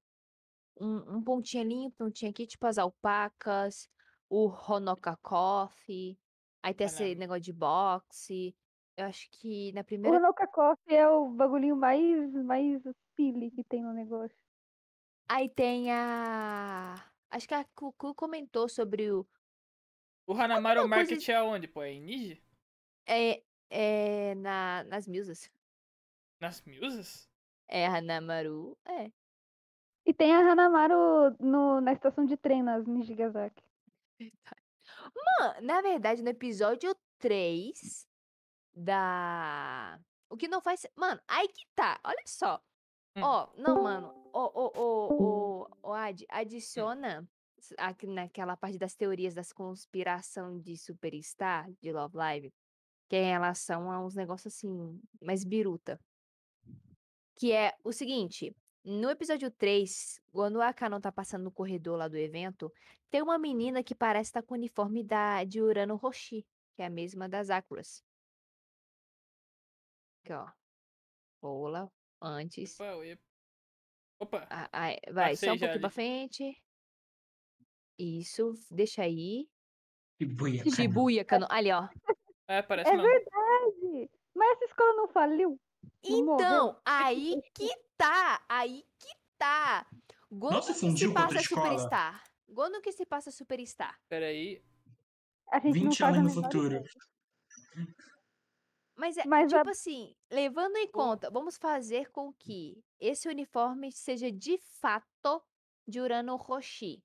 Um, um pontinho ali, um pontinho aqui, tipo as alpacas, o Honoka Coffee, aí tem esse
Caramba.
negócio de boxe. Eu acho que na
O
primeira
Hanoka Coffee é o bagulhinho mais, mais silly que tem no negócio.
Aí tem a. Acho que a Cucu comentou sobre o.
O Hanamaru
Alguma coisa-
Market é onde, pô? É em Niji?
É, é, na, nas musas.
Nas musas?
É, Hanamaru. É.
E tem a Hanamaru no- na estação de trem nas Nijigasaki.
Mano, na verdade, no episódio 3 da. O que não faz. Mano, aí que tá. Olha só.
Hum.
Ó, não, mano. Ô, ô, ô, ô, ô, Ad, adiciona s- aqui naquela parte das teorias das conspiração de Superstar, de Love Live, que é em relação a uns negócios assim, mais biruta. Que é o seguinte. No episódio 3, quando a Canon tá passando no corredor lá do evento, tem uma menina que parece estar com o uniforme da, de Urano Roshi, que é a mesma das Akuras. Aqui, ó. Rola, antes.
Opa, eu ia... Opa.
Ah, ah, é, vai, só
sei
um
já
pouquinho pra
ali.
frente. Isso, deixa aí.
Que buia, cara.
Shibuya, Kano. Ali, ó.
É, parece
É
não.
verdade! Mas essa escola não faliu? Não morreu?
Então, aí que tá, aí que tá. Quando
Nossa,
que
fundiu
se
com outra
passa
escola.
Superstar? Quando que se passa Superstar?
Peraí.
A gente não
20
faz a
anos no
menor
futuro.
ideia.
Mas é
Mas a-
tipo assim, levando em conta, vamos fazer com que esse uniforme seja de fato de Urano Roshi.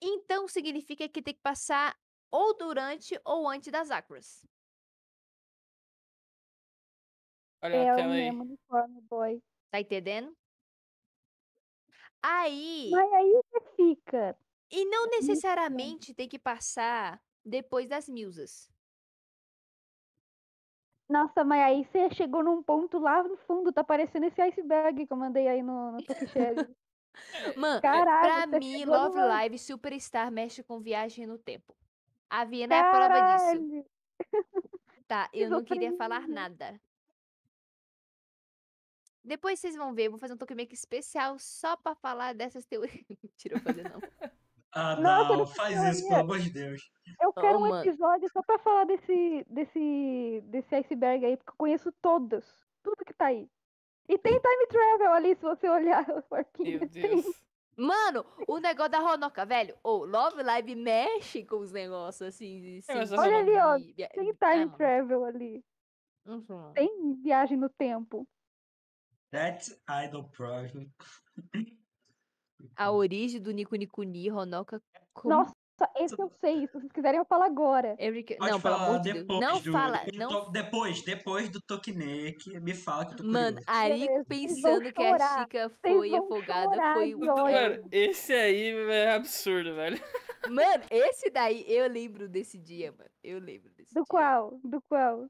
Então significa que tem que passar ou durante ou antes das Akuras.
Olha
É
a
o
tela aí.
mesmo uniforme, boy.
Tá entendendo? Aí,
Mas é aí que fica.
e não necessariamente tem que passar depois das musas.
Nossa, mas aí você chegou num ponto lá no fundo, tá parecendo esse iceberg que eu mandei aí no, no Poké Shell.
Mano, pra
Caralho, você
mim,
chegou
Love
numa-
Live Superstar mexe com viagem no tempo. A Viena é a prova disso.
Caralho!
Tá, eu não queria falar
Esquizofrenia.
nada. Depois vocês vão ver, eu vou fazer um tocamento especial só pra falar dessas teorias. Mentira, eu vou fazer não.
Ah,
Nossa,
não,
não
faz
sabia.
isso, pelo amor de Deus.
Eu quero um
mano.
episódio só pra falar desse, desse, desse iceberg aí, porque eu conheço todos. Tudo que tá aí. E tem time travel ali, se você olhar o porquinho.
Meu
tem.
Deus.
Mano, o negócio da Ronoca, velho. Ô, Love Live mexe com os negócios assim. De
É, mas
ciência
olha ali, ó,
e via-
Tem
e-
time
ah, mano,
travel ali.
uhum.
Tem viagem no tempo.
That's idol problem.
A origem do Nico Nico Ni, Ronoca.
Nossa, Só esse eu sei, se vocês quiserem eu falo agora.
Eric,
Pode
é não, pelo
falar
amor de Deus.
depois
Não
do,
fala,
depois, do
não
to- depois, depois do Tokinek, me fala que eu tô
Mano,
curioso.
Arico
Beleza, vocês vão
pensando que a
chorar,
Chica
vocês
foi
vão
afogada
chorar
foi
de
o.
ódio.
é-
Mano, esse aí é absurdo, velho.
Mano, esse daí, eu lembro desse dia, mano. Eu lembro desse
Do
dia.
qual? Do qual?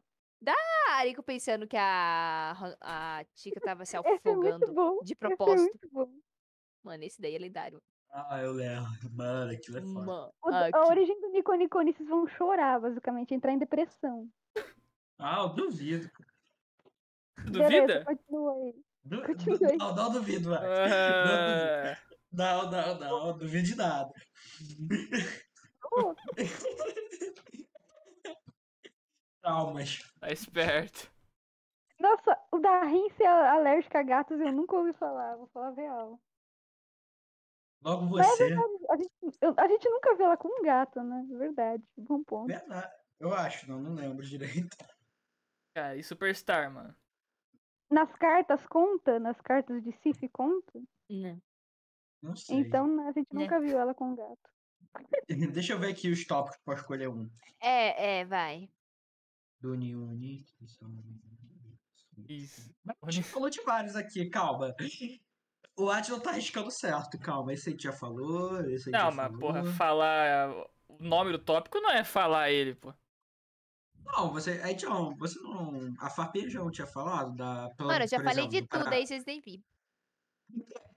Ah, Arico pensando que a, Ro- a Chica tava se
Esse é muito
Tá afogando
bom.
de
Esse é
propósito.
muito bom.
Mano, esse daí é lendário.
Ah, eu lembro. Mano, aquilo é foda.
Mano,
O-
ah,
a
que-
origem do Nico Nicone, vocês vão chorar, basicamente, entrar em depressão.
Ah, eu duvido.
Beleza,
Duvida?
continua aí.
Du-
Continue.
du- não, não duvido, mano.
Ah,
Não, não, não, duvido de nada.
Ô,
Traumas.
tá esperto.
Nossa, o da Rin ser a- alérgica a gatos eu nunca ouvi falar, vou falar a real.
Logo
Mas é
você.
verdade, a gente, eu- a gente nunca vê ela com um gato, né? Verdade, bom ponto.
Verdade. Eu acho, não, não lembro direito.
Cara, e Superstar, mano?
Nas cartas conta? Nas cartas de Sif conta?
Não.
Não sei.
Então né, a gente
Né.
nunca viu ela com um gato.
Deixa eu ver aqui os tópicos pra escolher um.
É, é, vai.
Do Niuni.
Isso.
A gente falou de vários aqui, calma. O Atila tá arriscando certo, calma. Esse aí já falou, esse aí já
Não, mas
falou.
porra, falar o nome do tópico não é falar ele, pô.
Não, você. Aí, John, você não. A Farpinha já não tinha falado da. pela-
Mano, eu já
por
falei
exemplo,
de
do Pará?
tudo é aí, vocês nem viram.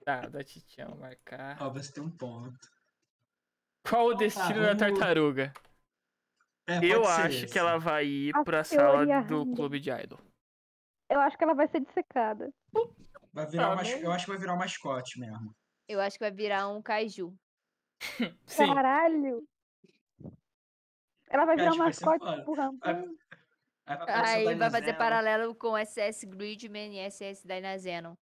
Tá, da Titião marcar.
Ó, você tem um ponto.
Qual o destino da
tá, vamos-
tartaruga?
É,
Eu
pode ser
acho
esse.
que ela vai ir
A
pra sala
teoria
do
Randall.
clube de idol.
Eu acho que ela vai ser dissecada.
Vai virar
Tá,
uma-
né?
Eu acho que vai virar um mascote mesmo.
Eu acho que vai virar um caju.
Sim, É,
Caralho! Ela vai virar
Acho
um
que vai ser
mascote
foda.
pro Rampam.
Aí vai, aparecer
Aí
o
vai fazer
Dinozero.
paralelo com SS Gridman e SS Dynazenon.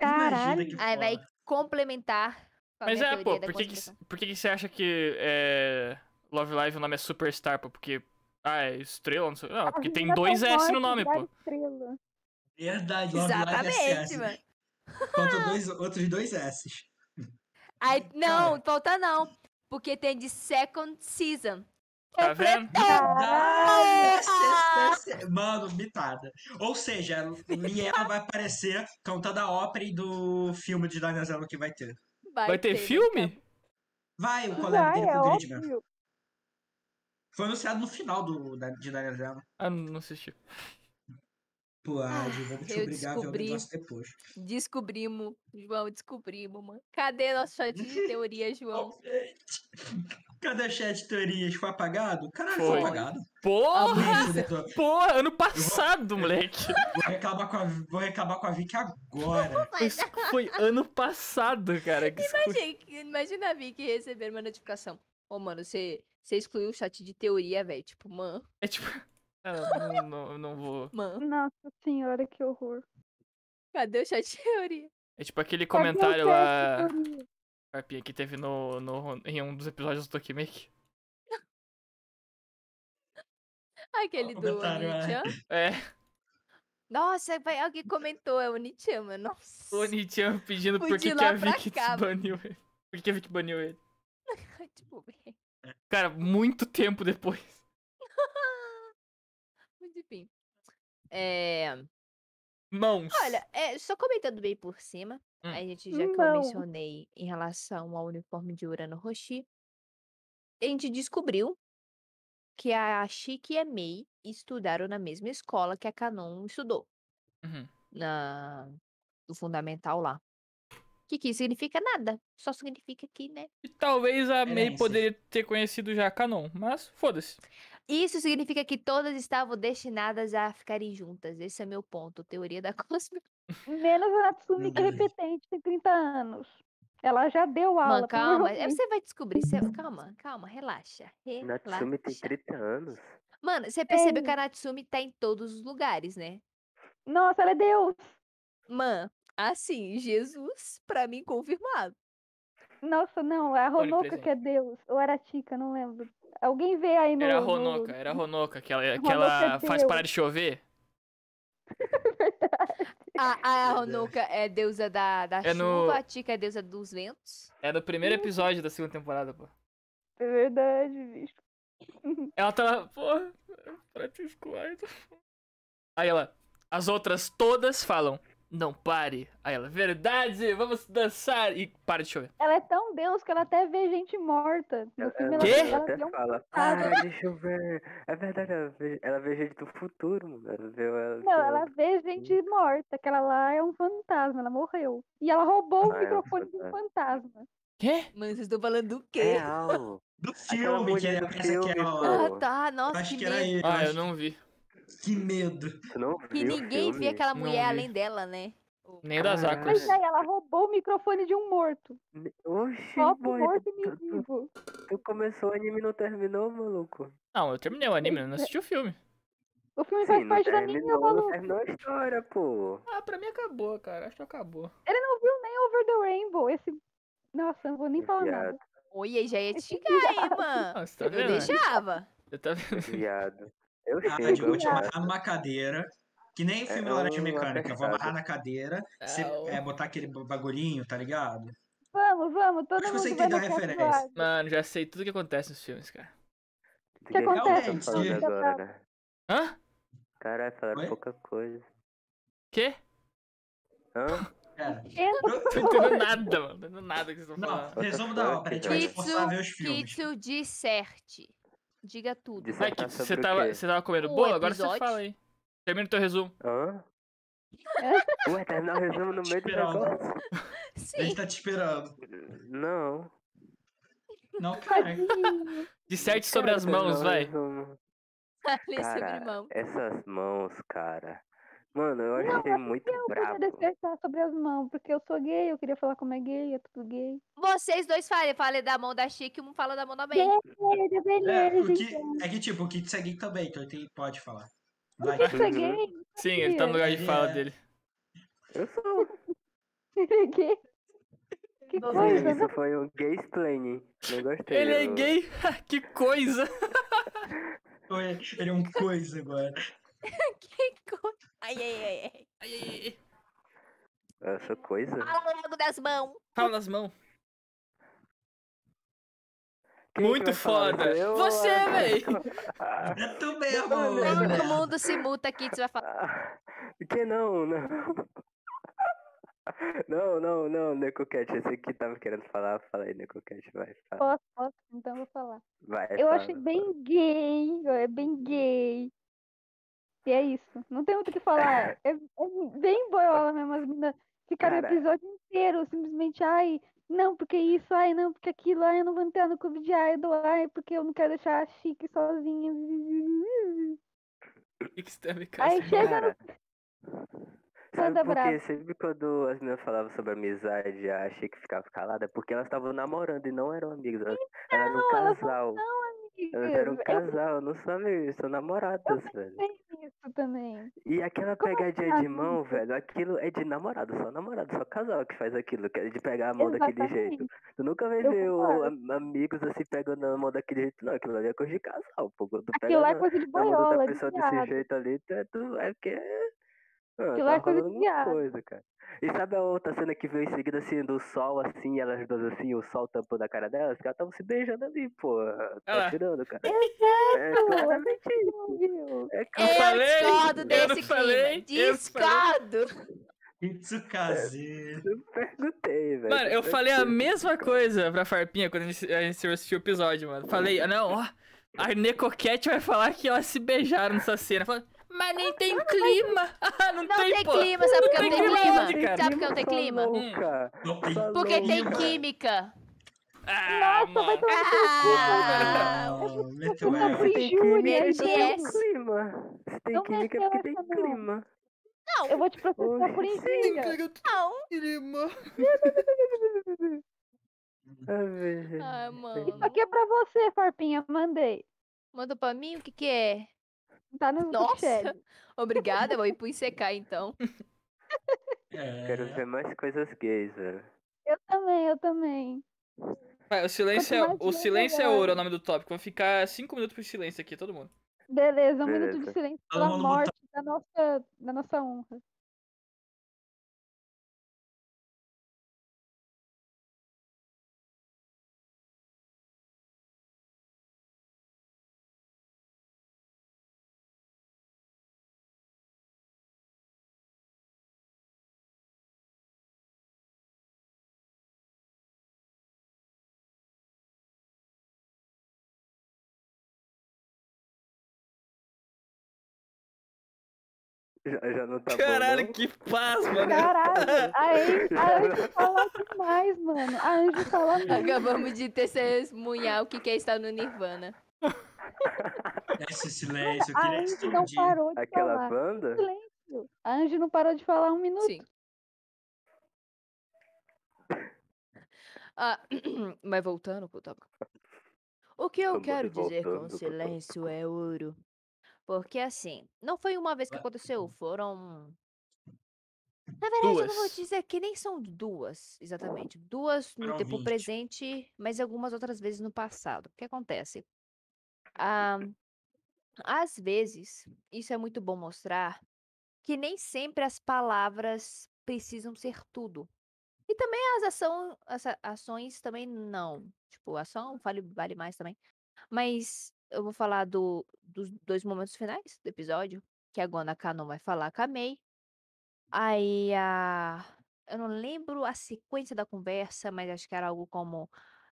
Imagina que
Aí vai
foda.
complementar com a
mas
minha
é,
teoria
pô,
da
por que, que,
conspiração.
por que, que você acha que é, Love Live o nome é Superstar, pô? Porque. Ah, é estrela, não sei. Não, porque tem dois S no nome, pô.
Estrela.
Verdade, é Love Live
Exatamente,
SS.
mano.
Faltam dois, outros dois S.
Aí, não, falta não. Porque tem de second season.
Tá
Eu
vendo?
Mano, mitada. Ou seja, Liela vai aparecer cantando a ópera e do filme de Dinozero que vai ter.
Vai ter
né,
filme?
Vai, o colega
Vai,
dele
é
com o Gridman.
óbvio.
Foi anunciado no final do, da, de Dinozero.
Ah, não assisti.
Pô,
Ah,
Adi, vamos te
eu
obrigar a ver o
descobri.
negócio depois.
cara? Descobrimos, João, descobrimos, mano. Cadê nosso chat de teoria, João?
Cadê o chat de teorias? Foi apagado? Caralho, foi,
Foi.
apagado.
Ah,
Porra!
Ixi, diretor,
Porra, ano passado, moleque!
Vou reclamar com a, vou reclamar com a Vicky agora.
Isso foi ano passado, cara. que isso-
Imagina, imagina a Vicky receber uma notificação. Ô, mano, você você excluiu o chat de teoria, velho. Tipo, mano,
É tipo. Ah, não, não, não vou.
mano,
Nossa senhora, que horror.
cadê o chat de teoria?
É tipo aquele
Cadê o teste,
comentário lá,
Torinho?
Carpinha, que teve no, no, em um dos episódios do Tokimeki.
Aquele do
Comentário, é.
Onichan.
É,
Nossa, vai, alguém comentou, é o Onichan, mano. Nossa.
o Nichan pedindo
Fui
por
de
que, que
lá
a
pra
Vicky
cá.
baniu ele. Por que a Vicky baniu ele?
tipo, velho.
Cara, muito tempo depois.
Mas enfim. É.
Mãos.
Olha, é, só comentando bem por cima,
Hum.
a gente já que eu
Não.
mencionei em relação ao uniforme de Urano Roshi, a gente descobriu que a Shiki e a Mei estudaram na mesma escola que a Kanon estudou,
Uhum.
na, no fundamental lá. Que que significa nada, só significa que, né?
E talvez a May
Referências.
poderia ter conhecido já a Canon, mas foda-se.
Isso significa que todas estavam destinadas a ficarem juntas, esse é meu ponto, teoria da cosmic.
tipo, Menos a Natsumi, que é
Verdade.
repetente, tem 30 anos. Ela já deu aula.
Mano, calma, é,
provavelmente.
você vai descobrir, você- calma, calma, relaxa, relaxa.
Natsumi tem 30 anos.
Mano, você percebeu que a Natsumi tá em todos os lugares, né?
Nossa, ela é Deus.
Mano, assim, Jesus, pra mim, confirmado.
Nossa, não, é a Ronoka que é Deus. Ou era a Tica, não lembro. Alguém vê aí no.
Era a
no-
Ronoka, era a Ronoka, que ela, que
Ronoka
ela
é
faz
Deus.
parar de chover.
A, a
Meu Deus.
Honoka é deusa da, da
É
chuva,
no-
a Tika é deusa dos ventos.
É no primeiro episódio da segunda temporada, pô.
É verdade, bicho.
Ela tá. Porra, Practice Squad. Aí ela. As outras todas falam. Não pare. Aí ela, verdade, vamos dançar. E para de chover.
Ela é tão Deus que ela até vê gente morta. No filme, ela,
Quê?
ela
até
vê um-
fala, para de chover. É verdade, ela vê, ela vê gente do futuro, mano. Ela vê ela,
Não,
é
ela vê gente morta. Aquela lá é um fantasma, ela morreu. E ela roubou
Ah,
o
é um
microfone de um fantasma.
Quê?
Mano, vocês estão falando do quê?
Real.
Do filme, que
mulher
ele
do
pensa que é
filme,
o.
É, pô.
Ah, tá. Nossa,
Acho
que,
que era
medo.
ele.
Ah,
acho
eu não vi.
Que medo.
Tu não
Que
viu o
ninguém vê
filme?
aquela
Não
mulher
vi.
além dela, né?
Nem das
Caraca.
águas.
Mas é- aí ela roubou o microfone de um morto.
Oxi,
Só pro
boy,
morto
tu- tu-
e
tu-
vivo.
Tu começou o anime e não terminou, maluco?
Não, eu terminei o anime, eu não assisti o filme.
O filme
Sim,
faz
não
parte da minha,
terminou, né? não
maluco.
terminou a história, pô.
Ah, pra mim acabou, cara. Acho que acabou.
Ele não viu nem Over the Rainbow. Esse. Nossa, eu não vou nem falar
Viado,
nada.
Olha, já ia te xingar, hein, mano?
Ah, você tá
Eu
vendo? né?
deixava.
Eu tá vendo?
viado. Eu
Ah,
chego,
eu vou te
eu
amarrar numa cadeira. Que nem filme
É,
Laranja
eu-
Mecânica. Eu vou amarrar na cadeira,
Ah,
cê-
o-
é, botar aquele ba- bagulhinho, tá ligado?
Vamos, vamos, todo
Acho que
mundo
você
vai
entendeu a
no canto do
referência.
ar.
Mano, já sei tudo que acontece nos filmes, cara.
O
que acontece?
Tá falando
Realmente.
agora, né?
Hã?
Caralho, falaram
Oi?
pouca coisa.
Quê?
Hã?
Cara,
Entra,
Não tô entendendo nada, mano. Não entendo nada que vocês estão
não,
falando.
resumo da obra. A gente vai te forçar a ver os
Kitsu,
filmes.
Kitsu, disserte. Diga tudo.
Disser-
Vai,
Tá
Kito,
sobre
você
o
tava,
quê?
você tava comendo
O
bolo? Agora você
episódio.
fala aí. Termina o teu resumo.
Hã? Ué, terminar o resumo
um
no meio do
Esperando.
negócio?
A gente
Sim.
tá te esperando.
Não.
Não, cara. é,
Disserte sobre
Quero
as mãos,
terminar o
vai.
resumo.
Ali sobre
Cara,
mão.
essas mãos, cara. Mano, eu
Não,
achei
mas
muito
eu
brabo.
queria despertar sobre as mãos, porque eu sou gay, eu queria falar como é gay, é tudo gay.
Vocês dois falem. Falei da mão da Chique, um fala da mão da Ben.
Gay, da
É,
beleza,
o que,
então.
é que tipo, o Kit Seguin também, então ele tem- pode falar. Vai.
Porque eu sou
Uhum.
gay,
Sim, ele tá no lugar de
Ele
fala
é-
dele.
Eu sou. um
gay. Que
Não,
coisa,
Isso foi um gay explaining. Não gostei.
Ele é
eu-
gay? que coisa!
Oi, Ele é um coisa agora.
Que coisa. Ai, ai, ai, ai.
Ai, ai, ai.
Eu sou coisa?
Fala logo das mãos.
Fala nas mãos.
Quem que
Muito
vai falar?
foda.
Eu ah, ou
Você,
a-
véi.
É tu mesmo!
Mano.
Todo mundo se multa aqui, você vai falar.
Ah, Que não, não. Não, não, não, Necoquete, esse aqui tava querendo falar, fala aí, Necoquete, vai, fala.
Posso, posso, então eu vou falar.
Vai,
Eu
fala,
achei
fala.
bem gay, é bem gay. E é isso. Não tem muito o que falar. É, é bem boiola mesmo. As meninas ficaram o
Cara.
episódio inteiro simplesmente, ai, não, porque isso, ai, não, porque aquilo, ai, eu não vou entrar no clube de idol, ai, porque eu não quero deixar a Chique sozinha.
O que que você tá tem a ver com
Aí
isso?
chega
Cara, sabe
Toda
por
brava.
quê? Sempre quando as meninas falavam sobre amizade, a Chique ficava calada, porque elas estavam namorando e não eram amigas, elas, elas eram um
Então, elas não é
casal. Elas eram um
no
casal, não são amigas, são namoradas, velho.
isso também.
E aquela
Como
pegadinha de
assim,
mão, velho, aquilo é de namorado, só namorado, só casal que faz aquilo, que é de pegar a mão daquele jeito. tá
Exatamente.
Tu nunca vai
Eu
ver o-
concordo.
am- amigos assim pegando a mão daquele jeito, não. Aquilo ali é coisa de casal, pô. Quando tu pega
Aquilo lá é
na-
coisa de
na mão da
boiola,
outra
de
pessoa desse
viado.
jeito ali, tu é, tu, é porque. é- Ah,
Aquilo
tá
é coisa de
rolando alguma
viado.
coisa, cara. E sabe a outra cena que veio em seguida, assim, do sol, assim, elas duas assim, o sol tampando a cara delas? Que elas estavam se beijando ali, pô.
Ah lá.
Tá tirando, cara. É claramente isso.
Não viu?
É
Eu
claramente
falei,
discordo
eu
desse
não falei,
clima.
eu
Discordo.
Kitsukaze.
Eu perguntei, velho.
Mano, eu falei a
perguntei.
mesma coisa pra Farpinha quando a gente, a gente assistiu o episódio, mano. Falei, ah, não, ó. A Necoquete vai falar que elas se beijaram nessa cena. Falei, mas nem tem clima. Ah, não,
Não tem
pô.
clima, sabe por que
tem
não tem
clima
clima?
onde,
Sabe por
é
cara?
que não tem
só
clima?
tá louca.
Não tem.
Só
Porque tem
louca.
química.
Ah,
Vai
mano.
tomar no seu cu,
Ah,
Não,
Eu
meteu
não
essa.
fui
Tem
Júlia,
ele
química, então tem
disse.
clima. Se tem
Não
química, é
mexeu
porque tem
essa não.
clima.
Eu vou te processar por
Oi.
injúria.
Não.
Ah, velho.
Ai, mano.
Isso aqui é pra você, Farpinha, mandei.
Mandou pra mim? O que que é?
Tá no
Nossa.
chat.
Obrigada, eu vou ir pro ICK então.
Quero
É,
ver mais coisas gays, velho.
Eu também, eu também.
Vai, o silêncio, é,
Quanto mais
o silêncio é
melhor.
ouro, é o nome do tópico. Vai ficar 5 minutos pro silêncio aqui, todo mundo.
Beleza, um minuto
Beleza.
de silêncio
Todo
pela
mundo
morte da nossa, da nossa honra.
Já, já não tá
Caralho,
bom.
que paz,
Tá.
mano.
Caralho, a An- a
não?
Anjo fala demais, mano. A Anjo fala muito.
Acabamos de testemunhar o que que é estar no Nirvana.
Esse silêncio, eu
A
queria
Anjo não
explodir.
parou de
Aquela
falar.
banda?
Silêncio. A Anjo não parou de falar um minuto.
Sim. Ah, mas voltando pro tópico. O que eu
Estamos
quero dizer com
voltando pro
silêncio
tópico.
é ouro. Porque assim, não foi uma vez que aconteceu, foram.
Hum.
Na verdade, eu não vou
Duas.
dizer que nem são duas, exatamente. Duas no
Foram
tempo
20.
presente, mas algumas outras vezes no passado. O que acontece? Ah, às vezes, isso é muito bom mostrar que nem sempre as palavras precisam ser tudo. E também as, ação, as a- ações também não. Tipo, ação vale, vale mais também. Mas eu vou falar do, dos dois momentos finais do episódio, que agora a Kanon vai falar com a May. Aí a. Eu não lembro a sequência da conversa, mas acho que era algo como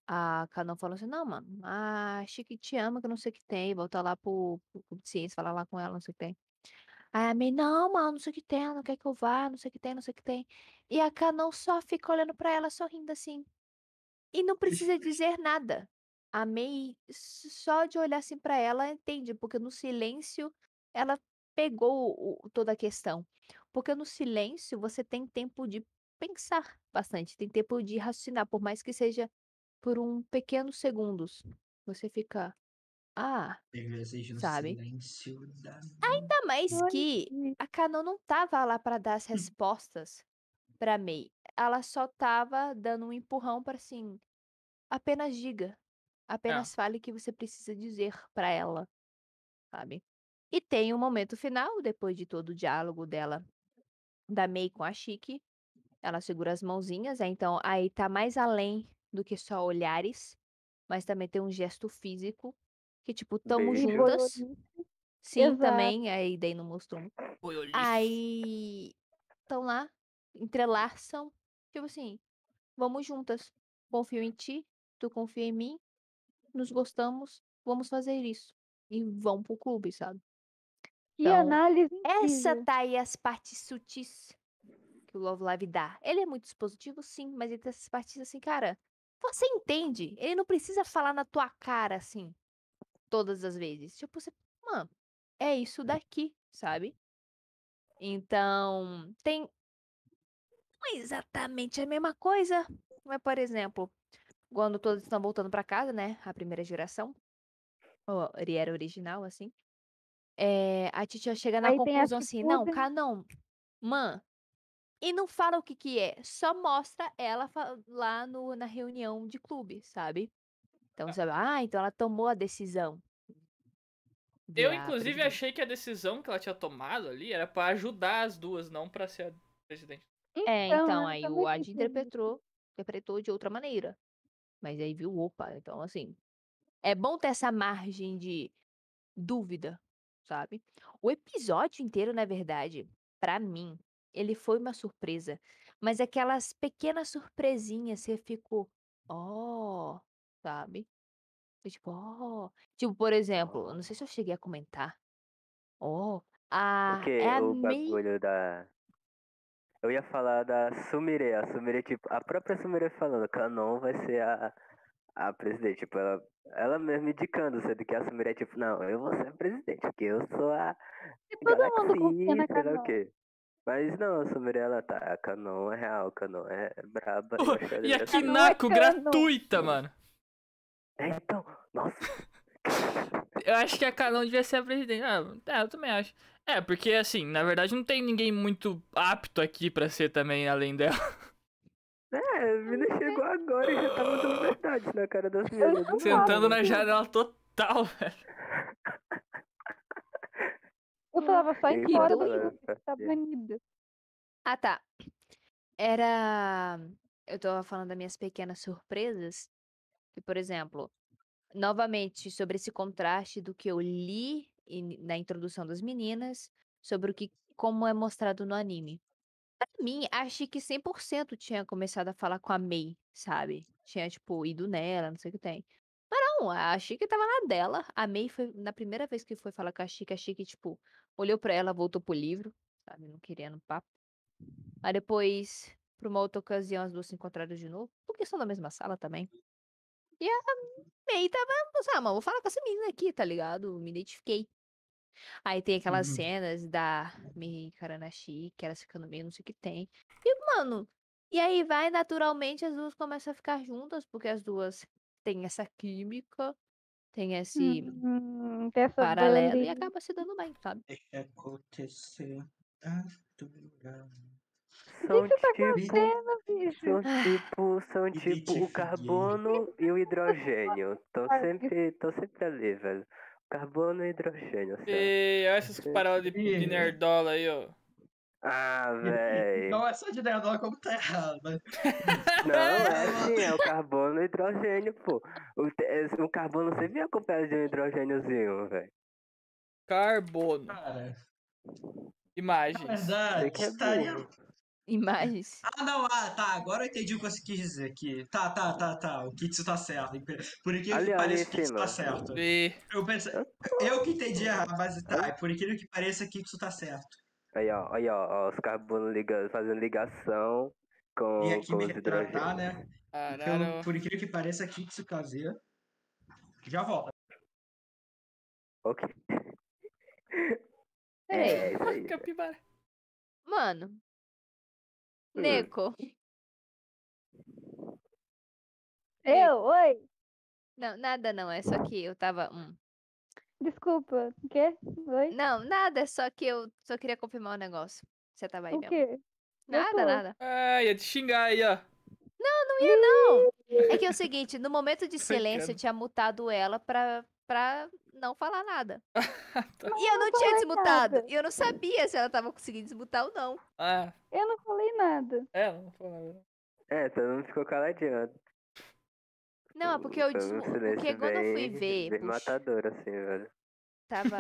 a Kanon falou assim: não, mano, a Chique te ama, que eu não sei o que tem, volta lá pro, pro Clube de ciência, falar lá com ela, não sei o que tem. Aí a May, não, mano, não sei o que tem, ela não quer que eu vá, não sei o que tem, não sei o que tem. E a Kanon só fica olhando pra ela, sorrindo assim. E não precisa dizer nada. A May, s- só de olhar assim pra ela, entende, porque no silêncio ela pegou o- o- toda a questão. Porque no silêncio você tem tempo de pensar bastante, tem tempo de raciocinar, por mais que seja por um pequenos segundos. Você fica, ah,
Cervejas no
Sabe?
assim, silêncio da-
ainda mais
Olha
que
que- Hum.
a Canon não tava lá para dar as respostas para May. Ela só tava dando um empurrão para assim, apenas diga,
Tá.
apenas fale o que você precisa dizer para ela, sabe? E tem um momento final depois de todo o diálogo dela da May com a Chique. Ela segura as mãozinhas, aí então aí tá mais além do que só olhares, mas também tem um gesto físico que tipo tamo
Beijo.
juntas. Sim,
Exato.
também. Aí daí não mostrou. muito.
Foi olhice.
Aí estão lá, entrelaçam. Tipo assim, vamos juntas. Confio em ti, tu confia em mim, nos gostamos, vamos fazer isso. E vão pro clube, sabe?
Que
Então,
análise
Essa
incrível.
tá aí as partes sutis que o Love Live dá. Ele é muito dispositivo, sim, mas ele tem essas partes assim, cara. Você entende? Ele não precisa falar na tua cara assim, todas as vezes. Tipo, você, mano, é isso daqui, sabe? Então, tem. Não é exatamente a mesma coisa. Mas, por exemplo, quando todos estão voltando pra casa, né? A primeira geração. Ou ele era original, assim. É, a Titia chega na
Aí tem as
conclusão
que
assim, não,
fudem.
Canon, man. E não fala o que que é, só mostra ela fa- lá no, na reunião de clube, sabe? Então você vai, ah, então ela tomou a decisão. de
Eu,
a
inclusive,
presidente."
achei que a decisão que ela tinha tomado ali era pra ajudar as duas, não pra ser a presidente.
É,
Então,
então,
ela
aí
tá
o
muito
Ad
inteligente.
interpretou, interpretou de outra maneira. Mas aí viu, opa, então assim. É bom ter essa margem de dúvida, sabe? O episódio inteiro, na verdade, pra mim, ele foi uma surpresa. Mas aquelas pequenas surpresinhas, você ficou, ó, sabe? Foi Tipo, ó. Tipo, por exemplo, eu não sei se eu cheguei a comentar. Ó,
Ah,
a.
Porque
é a
o
May-
bagulho da. Eu ia falar da Sumire, a Sumire, tipo, a própria Sumire falando que ela não vai ser a, a presidente, tipo, ela, ela mesma indicando, sendo que a Sumire é tipo, não, eu vou ser a presidente, porque eu sou a
é
E
é
todo mundo confia na
galaxia, sei lá
Carol.
é o quê. Mas não, a Sumire, ela tá, a Canon é real, a Canon é braba. eu acho ela
E a
engraçada.
Kinako
Não é canon.
gratuita, mano.
É, então, nossa,
Eu acho que a Canon devia ser a presidente. Ah, é, eu também acho. É, porque assim, na verdade não tem ninguém muito apto aqui pra ser também além dela.
é, a mina chegou agora e já tá mandando verdade na cara das
Eu
meninas.
não
do
falo.
nada.
Sentando na janela total, velho.
Eu falava só
Eu
em
ia
fora do
falar,
clube, tá banida.
Ah, tá. Era. Eu tava falando das minhas pequenas surpresas. Que, por exemplo, novamente sobre esse contraste do que eu li em- na introdução das meninas, sobre o que como é mostrado no anime. Pra mim, achei que 100% tinha começado a falar com a Mei, sabe? Tinha, tipo, ido nela, não sei o que tem. Mas não, a Chique tava na dela. A Mei foi, na primeira vez que foi falar com a Chique, a Chique, tipo, olhou pra ela, voltou pro livro. sabe? Não querendo papo. Aí depois, por uma outra ocasião, as duas se encontraram de novo, porque são da mesma sala também. E a May tava, ah, mano, vou falar com essa menina aqui, tá ligado? Me identifiquei. Aí tem aquelas
Uhum.
cenas da Mei Karanashi, que elas ficando meio, não sei o que tem. E, mano, e aí vai naturalmente as duas começam a ficar juntas, porque as duas têm essa química, tem esse
Hum, tem essa
paralelo e
bandinha.
acaba se dando bem, sabe?
Deixa acontecer. naturalmente.
São tipo,
tá Bicho,
são tipo, são
Que
tipo o
beat
carbono e o hidrogênio. Tô
Ai,
sempre, tô sempre ali, velho. Carbono e hidrogênio.
É.
assim.
E olha essas paradas de, de nerdola aí, ó.
Ah, velho.
Não é só de nerdola como tá errado. mas-
Não, é assim, é o carbono e o hidrogênio, pô. O, te- é- o carbono sempre é acompanhado de um hidrogêniozinho, velho.
Carbono.
Cara, na
Imagens.
verdade,
Você que é
estaria
burro.
Imagens.
Ah, não, ah, tá. Agora eu entendi o que você quis dizer aqui. Tá, tá, tá, tá. O Kitsu tá certo. Por incrível que
Olha, olha
pareça, o
esse
Kitsu tá
lá.
certo.
E
Eu, pensei, eu que entendi errado, mas tá. Por incrível que pareça, o Kitsu tá certo.
Aí, ó, aí, ó, ó, os carbonos liga, fazendo ligação com,
E aqui
com
me
os
retratar,
hidrogênios.
né? Porque eu-
caralho.
por incrível que pareça, Kitsu Kaze. Já volta.
Ok.
Peraí.
É, isso aí.
Capibara.
Mano.
Hum.
Neco.
é
eu, oi.
Não, nada não, é só que eu tava. hum.
Desculpa. O quê? Oi?
Não, nada, é só que eu só queria confirmar um negócio. Você tava aí
O
mesmo.
quê? Eu
Nada,
tô.
nada.
Ah, ia te xingar aí, ó.
É que é o seguinte, no momento de
Tô
silêncio eu
brincando.
tinha mutado ela pra, pra não falar nada.
Tá.
E eu não tinha
falei
desmutado.
então é nada.
E eu não sabia se ela tava conseguindo desmutar ou não.
Ah,
Eu não falei nada.
é, não vou falar nada.
É, todo mundo ficou caladinho.
Não, é porque eu
Então,
Foi um
desmu... Porque
silêncio
quando eu fui
bem-
ver,
Bem
puxa,
matador, assim, velho.
tava.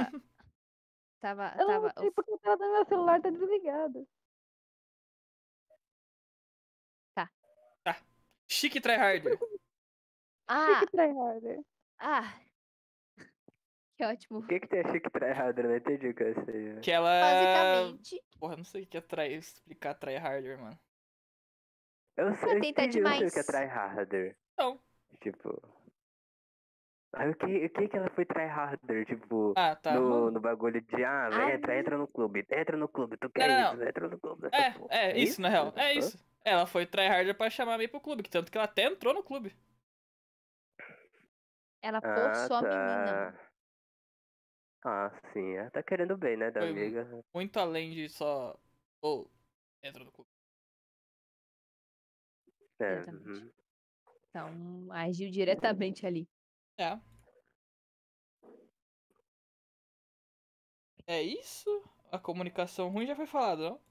Tava.
Eu não
Tava.
sei porque o tela do meu celular tá desligado.
Chique tryharder.
Ah,
Que tryharder.
ah. Que ótimo.
O que que tem a Chique Tryharder? Eu Não entendi o que é isso aí, velho.
Que
Ah,
ela.
Basicamente,
Porra, não sei o que é try... explicar tryharder, mano.
Eu sei, eu
tentar
entendi, eu sei o que é
demais.
tryharder.
Não.
Tipo... Aí o que, o que que ela foi tryharder, tipo...
Ah, tá.
No, no bagulho de, ah,
Ah,
entra, entra no clube, entra no clube, tu quer
Não, não,
isso, entra no clube. essa porra.
É, é isso, na real. É
Hã?
isso. Ela foi tryharder pra chamar a May pro clube, que tanto que ela até entrou no clube.
ela
Ah,
forçou a menina.
tá. Ah, sim, ela tá querendo bem, né, da
Foi-
amiga.
Muito além de só. Ou. entra no clube.
É,
Exatamente.
uhum.
Então, agiu diretamente ali.
É. É isso? A comunicação ruim já foi falada, não?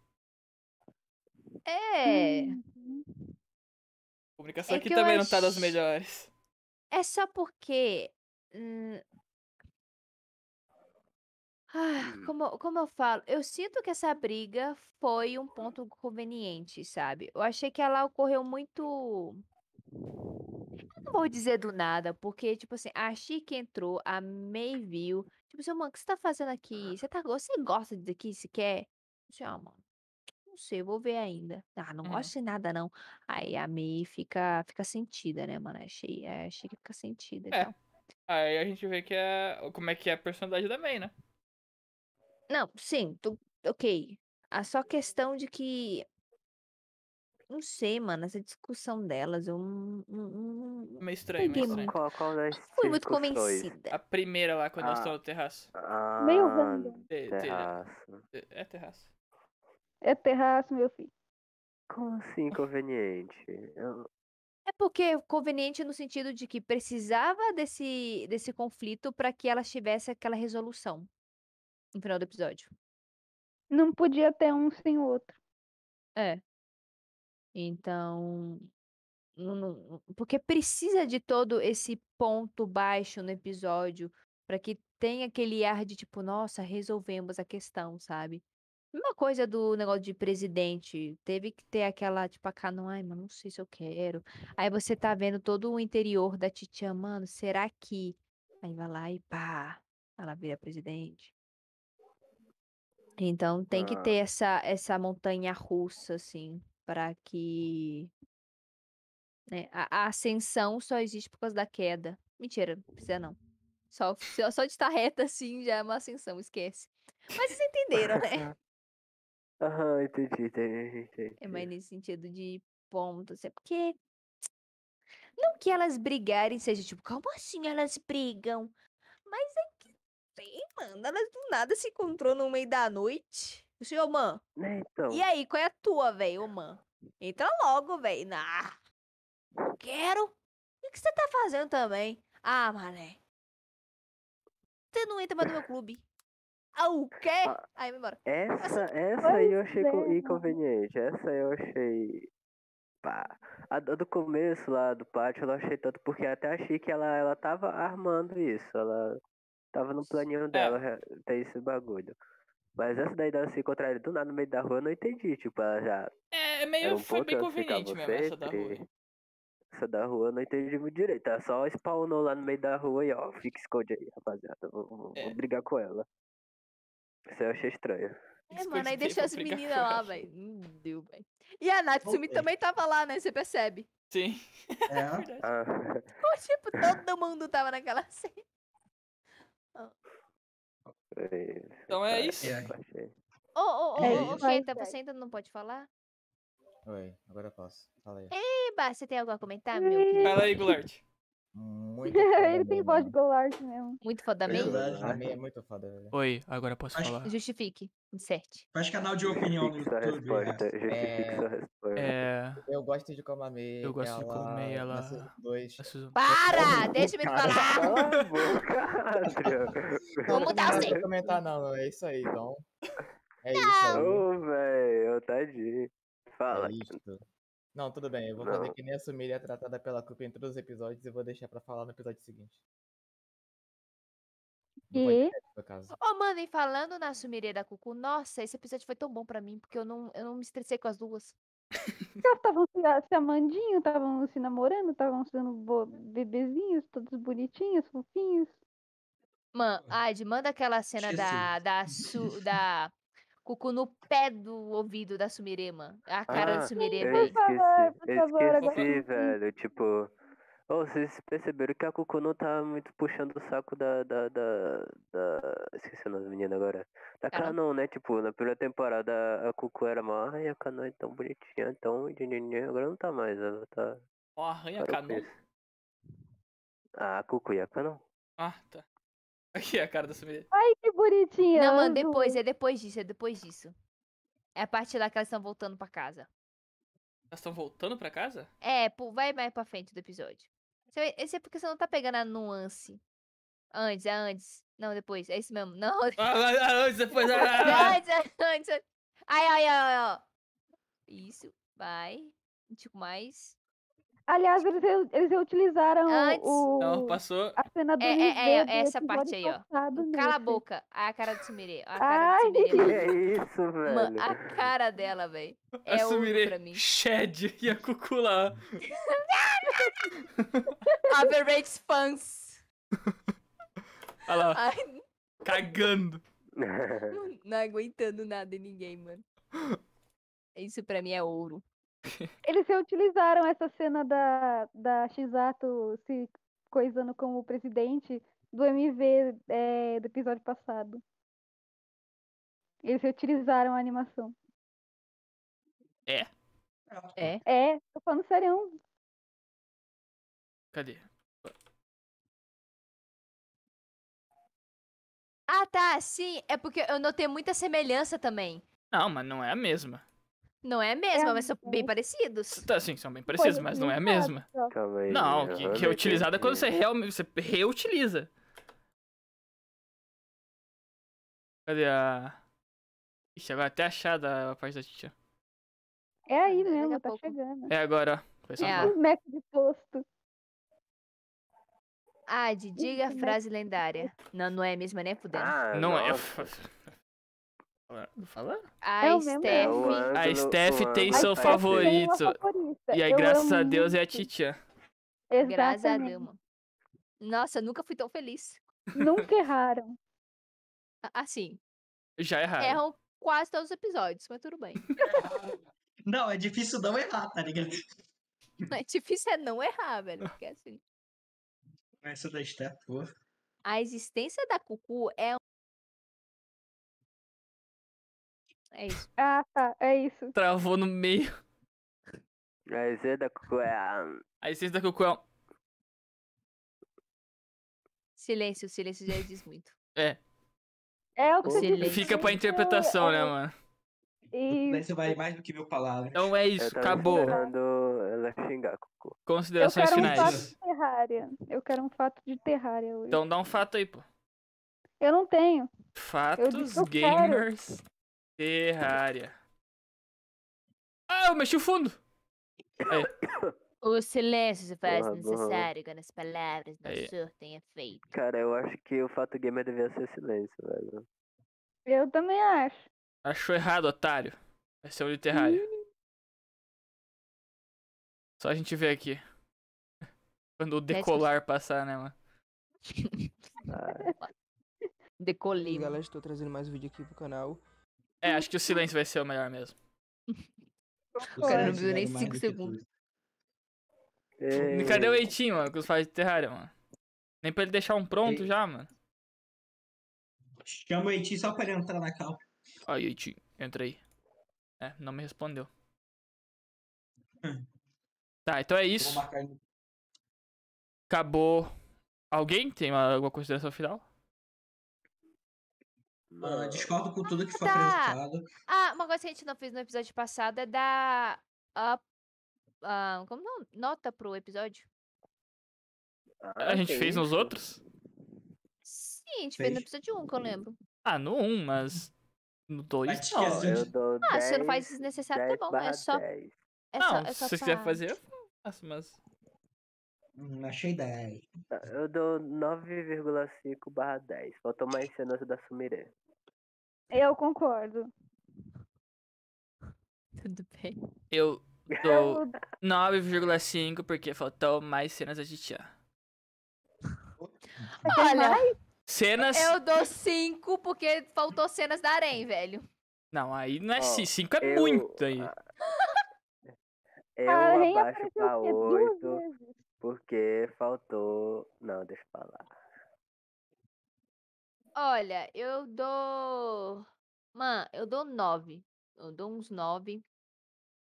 É.
Uhum.
A comunicação
É
aqui
que eu
também não tá das
ach-
melhores.
É só porque. hum, Ah,
Hum.
como, como eu falo, eu sinto que essa briga foi um ponto conveniente, sabe? Eu achei que ela ocorreu muito. Eu não vou dizer do nada, porque, tipo assim, a Chique entrou, a May viu. Tipo assim, mano, o que você tá fazendo aqui? Você, tá, go- você gosta disso aqui? Você quer? Assim, ó, mano, não sei, eu vou ver ainda. Ah, não
Uhum.
gosto de nada, não. Aí a May fica, fica sentida, né, mano? Achei, achei que fica sentida e
É.
tal.
Aí a gente vê que é. Como é que é a personalidade da May, né?
Não, sim, tu- ok. A só questão de que. Não sei, mano, essa discussão delas, eu não, não- não- não
Meio estranho, meio
Peguei
estranho.
Qual, qual das
fui muito
discussões?
convencida.
A primeira lá, quando nós
Ah.
estamos no terraço.
Ah,
Meio random.
Te- te-
terraço.
te- é terraço.
É terraço, meu filho.
Como assim, conveniente? Eu-
É porque conveniente no sentido de que precisava desse, desse conflito para que elas tivessem aquela resolução no final do episódio.
Não podia ter um sem o outro.
É. Então. não- não- porque precisa de todo esse ponto baixo no episódio para que tenha aquele ar de tipo, nossa, resolvemos a questão, sabe? Mesma coisa do negócio de presidente. Teve que ter aquela, tipo, a cano, ai, mas não sei se eu quero. Aí você tá vendo todo o interior da Titiã, mano, será que. Aí vai lá e pá, ela vira presidente. Então tem que
Ah.
ter essa, essa montanha russa, assim, para que. né, a, a ascensão só existe por causa da queda. Mentira, não precisa não. Só, só- só de estar reta assim já é uma ascensão, esquece. Mas vocês entenderam, né?
Aham, entendi, entendi, entendi.
É mais nesse sentido de ponto, assim, porque. Não que elas brigarem seja tipo, como assim elas brigam? Mas é que tem, mano. Elas do nada se encontrou no meio da noite. O senhor, mano.
Né, então.
E aí, qual é a tua, velho, mano? Entra logo, velho. Ah, não quero. O que você tá fazendo também? Ah, mané. Você não entra mais no meu clube. Ah, o quê?
Ah.
Aí, vai embora.
Essa, essa aí eu achei co-
é, mano.
inconveniente. Essa eu achei. Pá. A do do começo lá do pátio eu não achei tanto, porque eu até achei que ela, ela tava armando isso. Ela tava no
é.
planinho dela re- ter esse bagulho. Mas essa daí dela se encontrar do nada no meio da rua, eu não entendi. Tipo, ela já.
É, é
era
meio.
um
Foi
ponto
bem
onde ficava
conveniente mesmo essa da
sempre.
rua.
Essa da rua eu não entendi muito direito. Ela só spawnou lá no meio da rua e ó, fica esconde aí, rapaziada. Vou, vou-
É.
vou brigar com ela. Isso aí eu achei estranho.
É, mano, aí
Escondidei
deixou
pra
as
brigar com
meninas lá,
ela.
velho. Não deu, velho. E a Natsumi
Voltei.
também tava lá, né? Você percebe?
Sim,
É,
verdade.
Ah,
Pô, tipo, todo mundo tava naquela cena.
foi-
Então é
Vai,
isso.
É.
Ah, Achei.
Ô, ô,
É
ô, ô,
isso.
Kenta, você ainda não pode falar?
Oi, agora eu posso. Fala aí.
Eba, você tem algo a comentar,
Hum.
meu querido?
Vai lá, Goulart.
Muito foda
Ele tem
mesmo,
voz de
mano.
Golart mesmo.
Muito foda
Bem?
Muito
mesmo?
Verdade. né?
foda. A minha é muito foda, velho.
Oi, agora eu posso
Acho-
falar.
Justifique. Inserte.
faz canal de opinião no
Justifique
YouTube.
sua resposta.
né?
Justifique
É,
sua resposta.
É.
Eu gosto de Komame.
Eu gosto de
ela...
Komame, ela-
na season dois.
a Suzano.
Tá
Para! Deixa eu me
Cara,
falar!
cala a boca, Adriano.
Vou mudar o
não
seu.
vou comentar, não. É isso aí, então. É isso aí.
Ô, velho, tadinho. Fala.
É isto. Não, tudo bem. Eu vou fazer
Não.
que nem a Sumília é tratada pela culpa em todos os episódios e vou deixar pra falar no episódio seguinte. No
E
podcast, no caso.
Ô, mano, e falando na sumiria da Cucu, nossa, esse episódio foi tão bom pra mim, porque eu não, eu não me estressei com as duas.
elas estavam se, a- se amandinho, estavam se namorando, estavam sendo bo- bebezinhos, todos bonitinhos, fofinhos.
Mano, Ad, manda aquela cena da,
Jesus.
da, su, da Cucu no pé do ouvido da Sumire, mano. A cara da
Ah,
Sumire,
Eu
velho.
favor,
esqueci,
por
eu
favor, agora
esqueci,
sim.
velho. Tipo, ô, vocês perceberam que a Cucu não tá muito puxando o saco da. da, da, da- Esqueci o nome da menina agora. Da
Canon.
Canon, né? Tipo, na primeira temporada a Cucu era mó. Ai, a Canon é tão bonitinha, tão. Agora não tá mais, ela tá.
Ó, arranha
Agora eu
canon.
penso. Ah, a Cucu e a Canon?
Ah, tá. Aqui é a cara da Sumire.
Ai, que bonitinha.
Não, mano,
as
depois,
duas.
é depois disso, é depois disso. É a parte lá que elas estão voltando pra casa.
Elas estão voltando pra casa?
É, pô, vai mais pra frente do episódio. Você vai- Esse é porque você não tá pegando a nuance. Antes, é antes. Não, depois. É isso mesmo. Não,
Ah, ah, ah, antes, depois. ah, ah, ah.
Antes, antes. antes. Ai, ai, ai, ai, ó. Isso, vai. Um tico mais.
Aliás, eles, reu- eles reutilizaram
Antes-
o,
Não, passou.
a cena do
É, é,
River
é,
do
essa
episódio
parte aí, ó.
passado
Cala a
nesse.
boca. Ai, a cara do Sumire. A cara
assim. Ai.
do Sumire.
Que
mano.
é isso, velho?
Mano, a cara dela, velho.
A
É ouro pra
Sumire,
mim.
Shed e a Cucu lá.
Average fans.
Olha lá,
Ai,
cagando.
não, não aguentando nada em ninguém, mano. Isso pra mim é ouro.
Eles reutilizaram essa cena da, da Shizato se coisando como presidente do MV é, do episódio passado. Eles reutilizaram a animação.
É?
É, tô falando sério.
Cadê?
Ah, tá, sim. É porque eu notei muita semelhança também.
Não, mas não é a mesma.
Não é mesmo,
a
mas são bem
mesma.
parecidos.
Tá, sim, são bem parecidos,
Foi
mas não é a
utilizado.
mesma.
Calma aí.
Não,
eu
que, que é
não
utilizada quando você,
entendi.
realmente você reutiliza. Cadê a. Ixi, agora até achada a parte da Titia.
É aí
Daqui a
mesmo, tá
pouco.
chegando.
É agora, ó. Foi só
É a-
falar.
Um meco de posto.
Ad, diga a
Uhum, mas-
frase lendária. Não, não é a mesma, né, fudendo.
Ah,
Não é.
nossa.
Não fala?
A
É o mesmo.
Steph.
É o ângulo-
A Steph
o
tem
Aí parece que
seu
ângulo faz
tem uma
favorito.
favorita.
E aí,
Eu
graças a
amo
Deus, é a
isso.
Titian.
Graças a
Exatamente.
Deus, mano. Nossa, eu nunca fui tão feliz.
Nunca erraram.
A- Assim,
Já erraram.
erram quase todos os episódios, mas tudo bem.
Não, é difícil não errar, tá ligado?
É difícil é não errar, velho. Porque assim,
Essa da Esther, pô.
a existência da Cucu é. um- É isso.
Ah, tá. É isso.
Travou no meio.
A Z da Cucu é a.
A essência da Cucu é um...
Silêncio, silêncio já diz muito.
É o que
O
você disse,
silêncio.
Fica pra
isso
interpretação,
é-
né, mano?
Isso.
Isso vale mais do que mil palavras.
Então é
Eu
isso,
tava
acabou.
esperando ela xingar Cucu.
Eu
Considerações
quero um
finais.
fato de Terraria. Eu quero um fato de Terraria hoje.
Então dá um fato aí, pô.
Eu não tenho.
Fatos
disse, eu quero.
gamers Terraria. Ah, eu mexi o fundo.
O silêncio se faz
Porra, boa. É.
necessário quando as palavras não
Aí.
surtem efeito.
Cara, eu acho que o fato gamer devia ser silêncio, velho.
Eu também acho.
Achou errado, otário. Vai ser o de Terraria. Só a gente ver aqui. Quando o
Dez
decolar passar, né, mano?
Ah,
Decolei.
E galera, estou trazendo mais vídeo aqui pro canal.
É, acho que o silêncio vai ser o melhor mesmo.
Os
cara não
caras
viu nem
fizeram mais
cinco
do que
segundos.
tudo.
é,
Cadê o Eitinho, mano, com os fatos de Terraria, mano? Nem pra ele deixar um pronto
Ei.
já, mano.
Chama o Iti só pra ele entrar na cal.
Ai, Eitinho, entra aí. É, não me respondeu. Tá, então é
Vou
isso.
marcar ele.
Acabou. Alguém tem uma- alguma consideração final?
Ah, discordo com tudo que foi
Tá.
apresentado.
Ah, uma coisa que a gente não fez no episódio passado é dar. A, a, como não? Nota pro episódio?
Ah,
A gente
que
fez nos
isso?
outros?
Sim, tipo, a gente fez no
Fez.
episódio 1, que eu lembro.
Ah, no 1, mas. No 2.
Mas
não.
esquece
Eu dou
Ah, se você não
10,
faz desnecessário, tá
10
bom. É
barra
só.
10.
É
Não,
só, é
se
só pra-
vocês quiserem fazer, eu faço, mas.
Hum, achei 10.
Tá, Eu dou 9,5 barra 10. Faltou mais cenas da Sumire.
Eu concordo.
Tudo bem.
Eu dou
Eu
9,5 porque faltou mais cenas da Titian.
Olha,
Cenas.
eu dou 5 porque faltou cenas da Arém, velho.
Não, aí não é
Ó,
5 é
eu-
muito aí.
ah, Eu
a
Ah,
Rainha
abaixo
apareceu
pra
o quê? Duas
né?
8,
vezes.
porque faltou. Não, deixa eu falar.
Olha, eu dou. Mano, eu dou 9. Eu dou uns 9.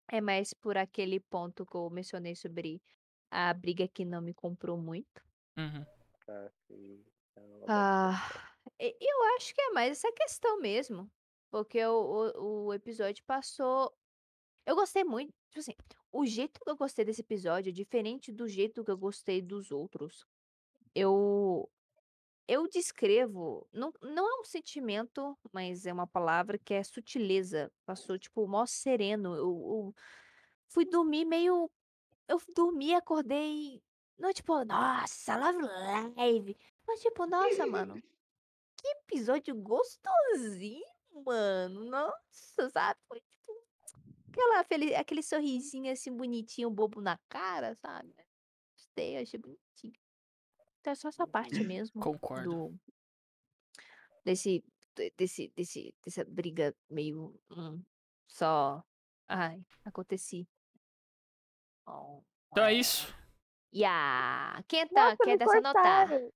É mais por aquele ponto que eu mencionei sobre a briga que não me comprou muito.
Uhum.
Tá, assim, então,
Ah, e- eu acho que é mais essa questão mesmo. Porque o, o, o episódio passou. Eu gostei muito. Tipo assim, o jeito que eu gostei desse episódio é diferente do jeito que eu gostei dos outros. Eu. Eu descrevo. Não, não é um sentimento, mas é uma palavra que é sutileza. Passou, tipo, mó sereno. Eu, eu fui dormir meio. Eu dormi, acordei. Não, tipo, nossa, love live. Mas, tipo, nossa, mano, que episódio gostosinho, mano. Nossa, sabe? Foi tipo aquela feli- aquele sorrisinho assim bonitinho, bobo na cara, sabe? Gostei, achei bonitinho. Então é só essa parte mesmo
Concordo.
do desse de- desse desse dessa briga meio hum, só ai, aconteci. Oh,
Então é isso.
Yeah. Quenta,
Tá,
Nossa, me
quenta, se anotar.
cortaram.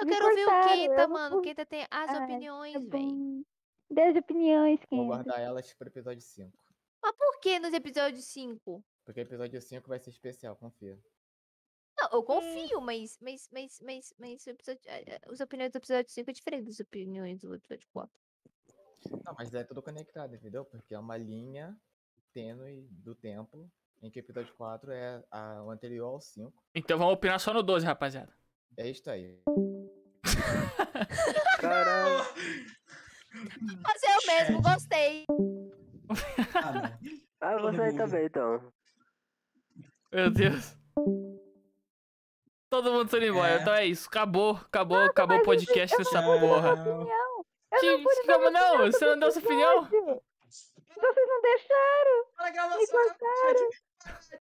Eu
Me
quero ouvir o
cortaram,
Keita,
eu não
mano. O
fui-
Keita tem as
Ai,
opiniões,
Tá
velho.
bom. Dez opiniões,
Vou
quem
guardar elas pro episódio 5.
Mas por que nos episódios 5?
Porque o episódio 5 vai ser especial, confia.
Não,
Hum.
eu confio, mas, mas, mas, mas, mas o episódio, eh, eh, os opiniões do episódio 5 é diferente das opiniões do episódio 4.
Não, mas é tudo conectado, entendeu? Porque é uma linha tênue do tempo em que o episódio 4 é a- o anterior ao 5.
Então vamos opinar só no 12, rapaziada.
É isso aí.
Caralho!
Mas eu mesmo gostei.
Ah, não.
Ah,
Todo
você
mundo.
também, então.
Meu Deus. Todo mundo saindo embora.
É.
Então é isso. Acabou, acabou, acabou o podcast dessa
Tchau.
porra. Que, que- como não? Você não deu sua opinião?
Vocês não deixaram.
Para a gravação.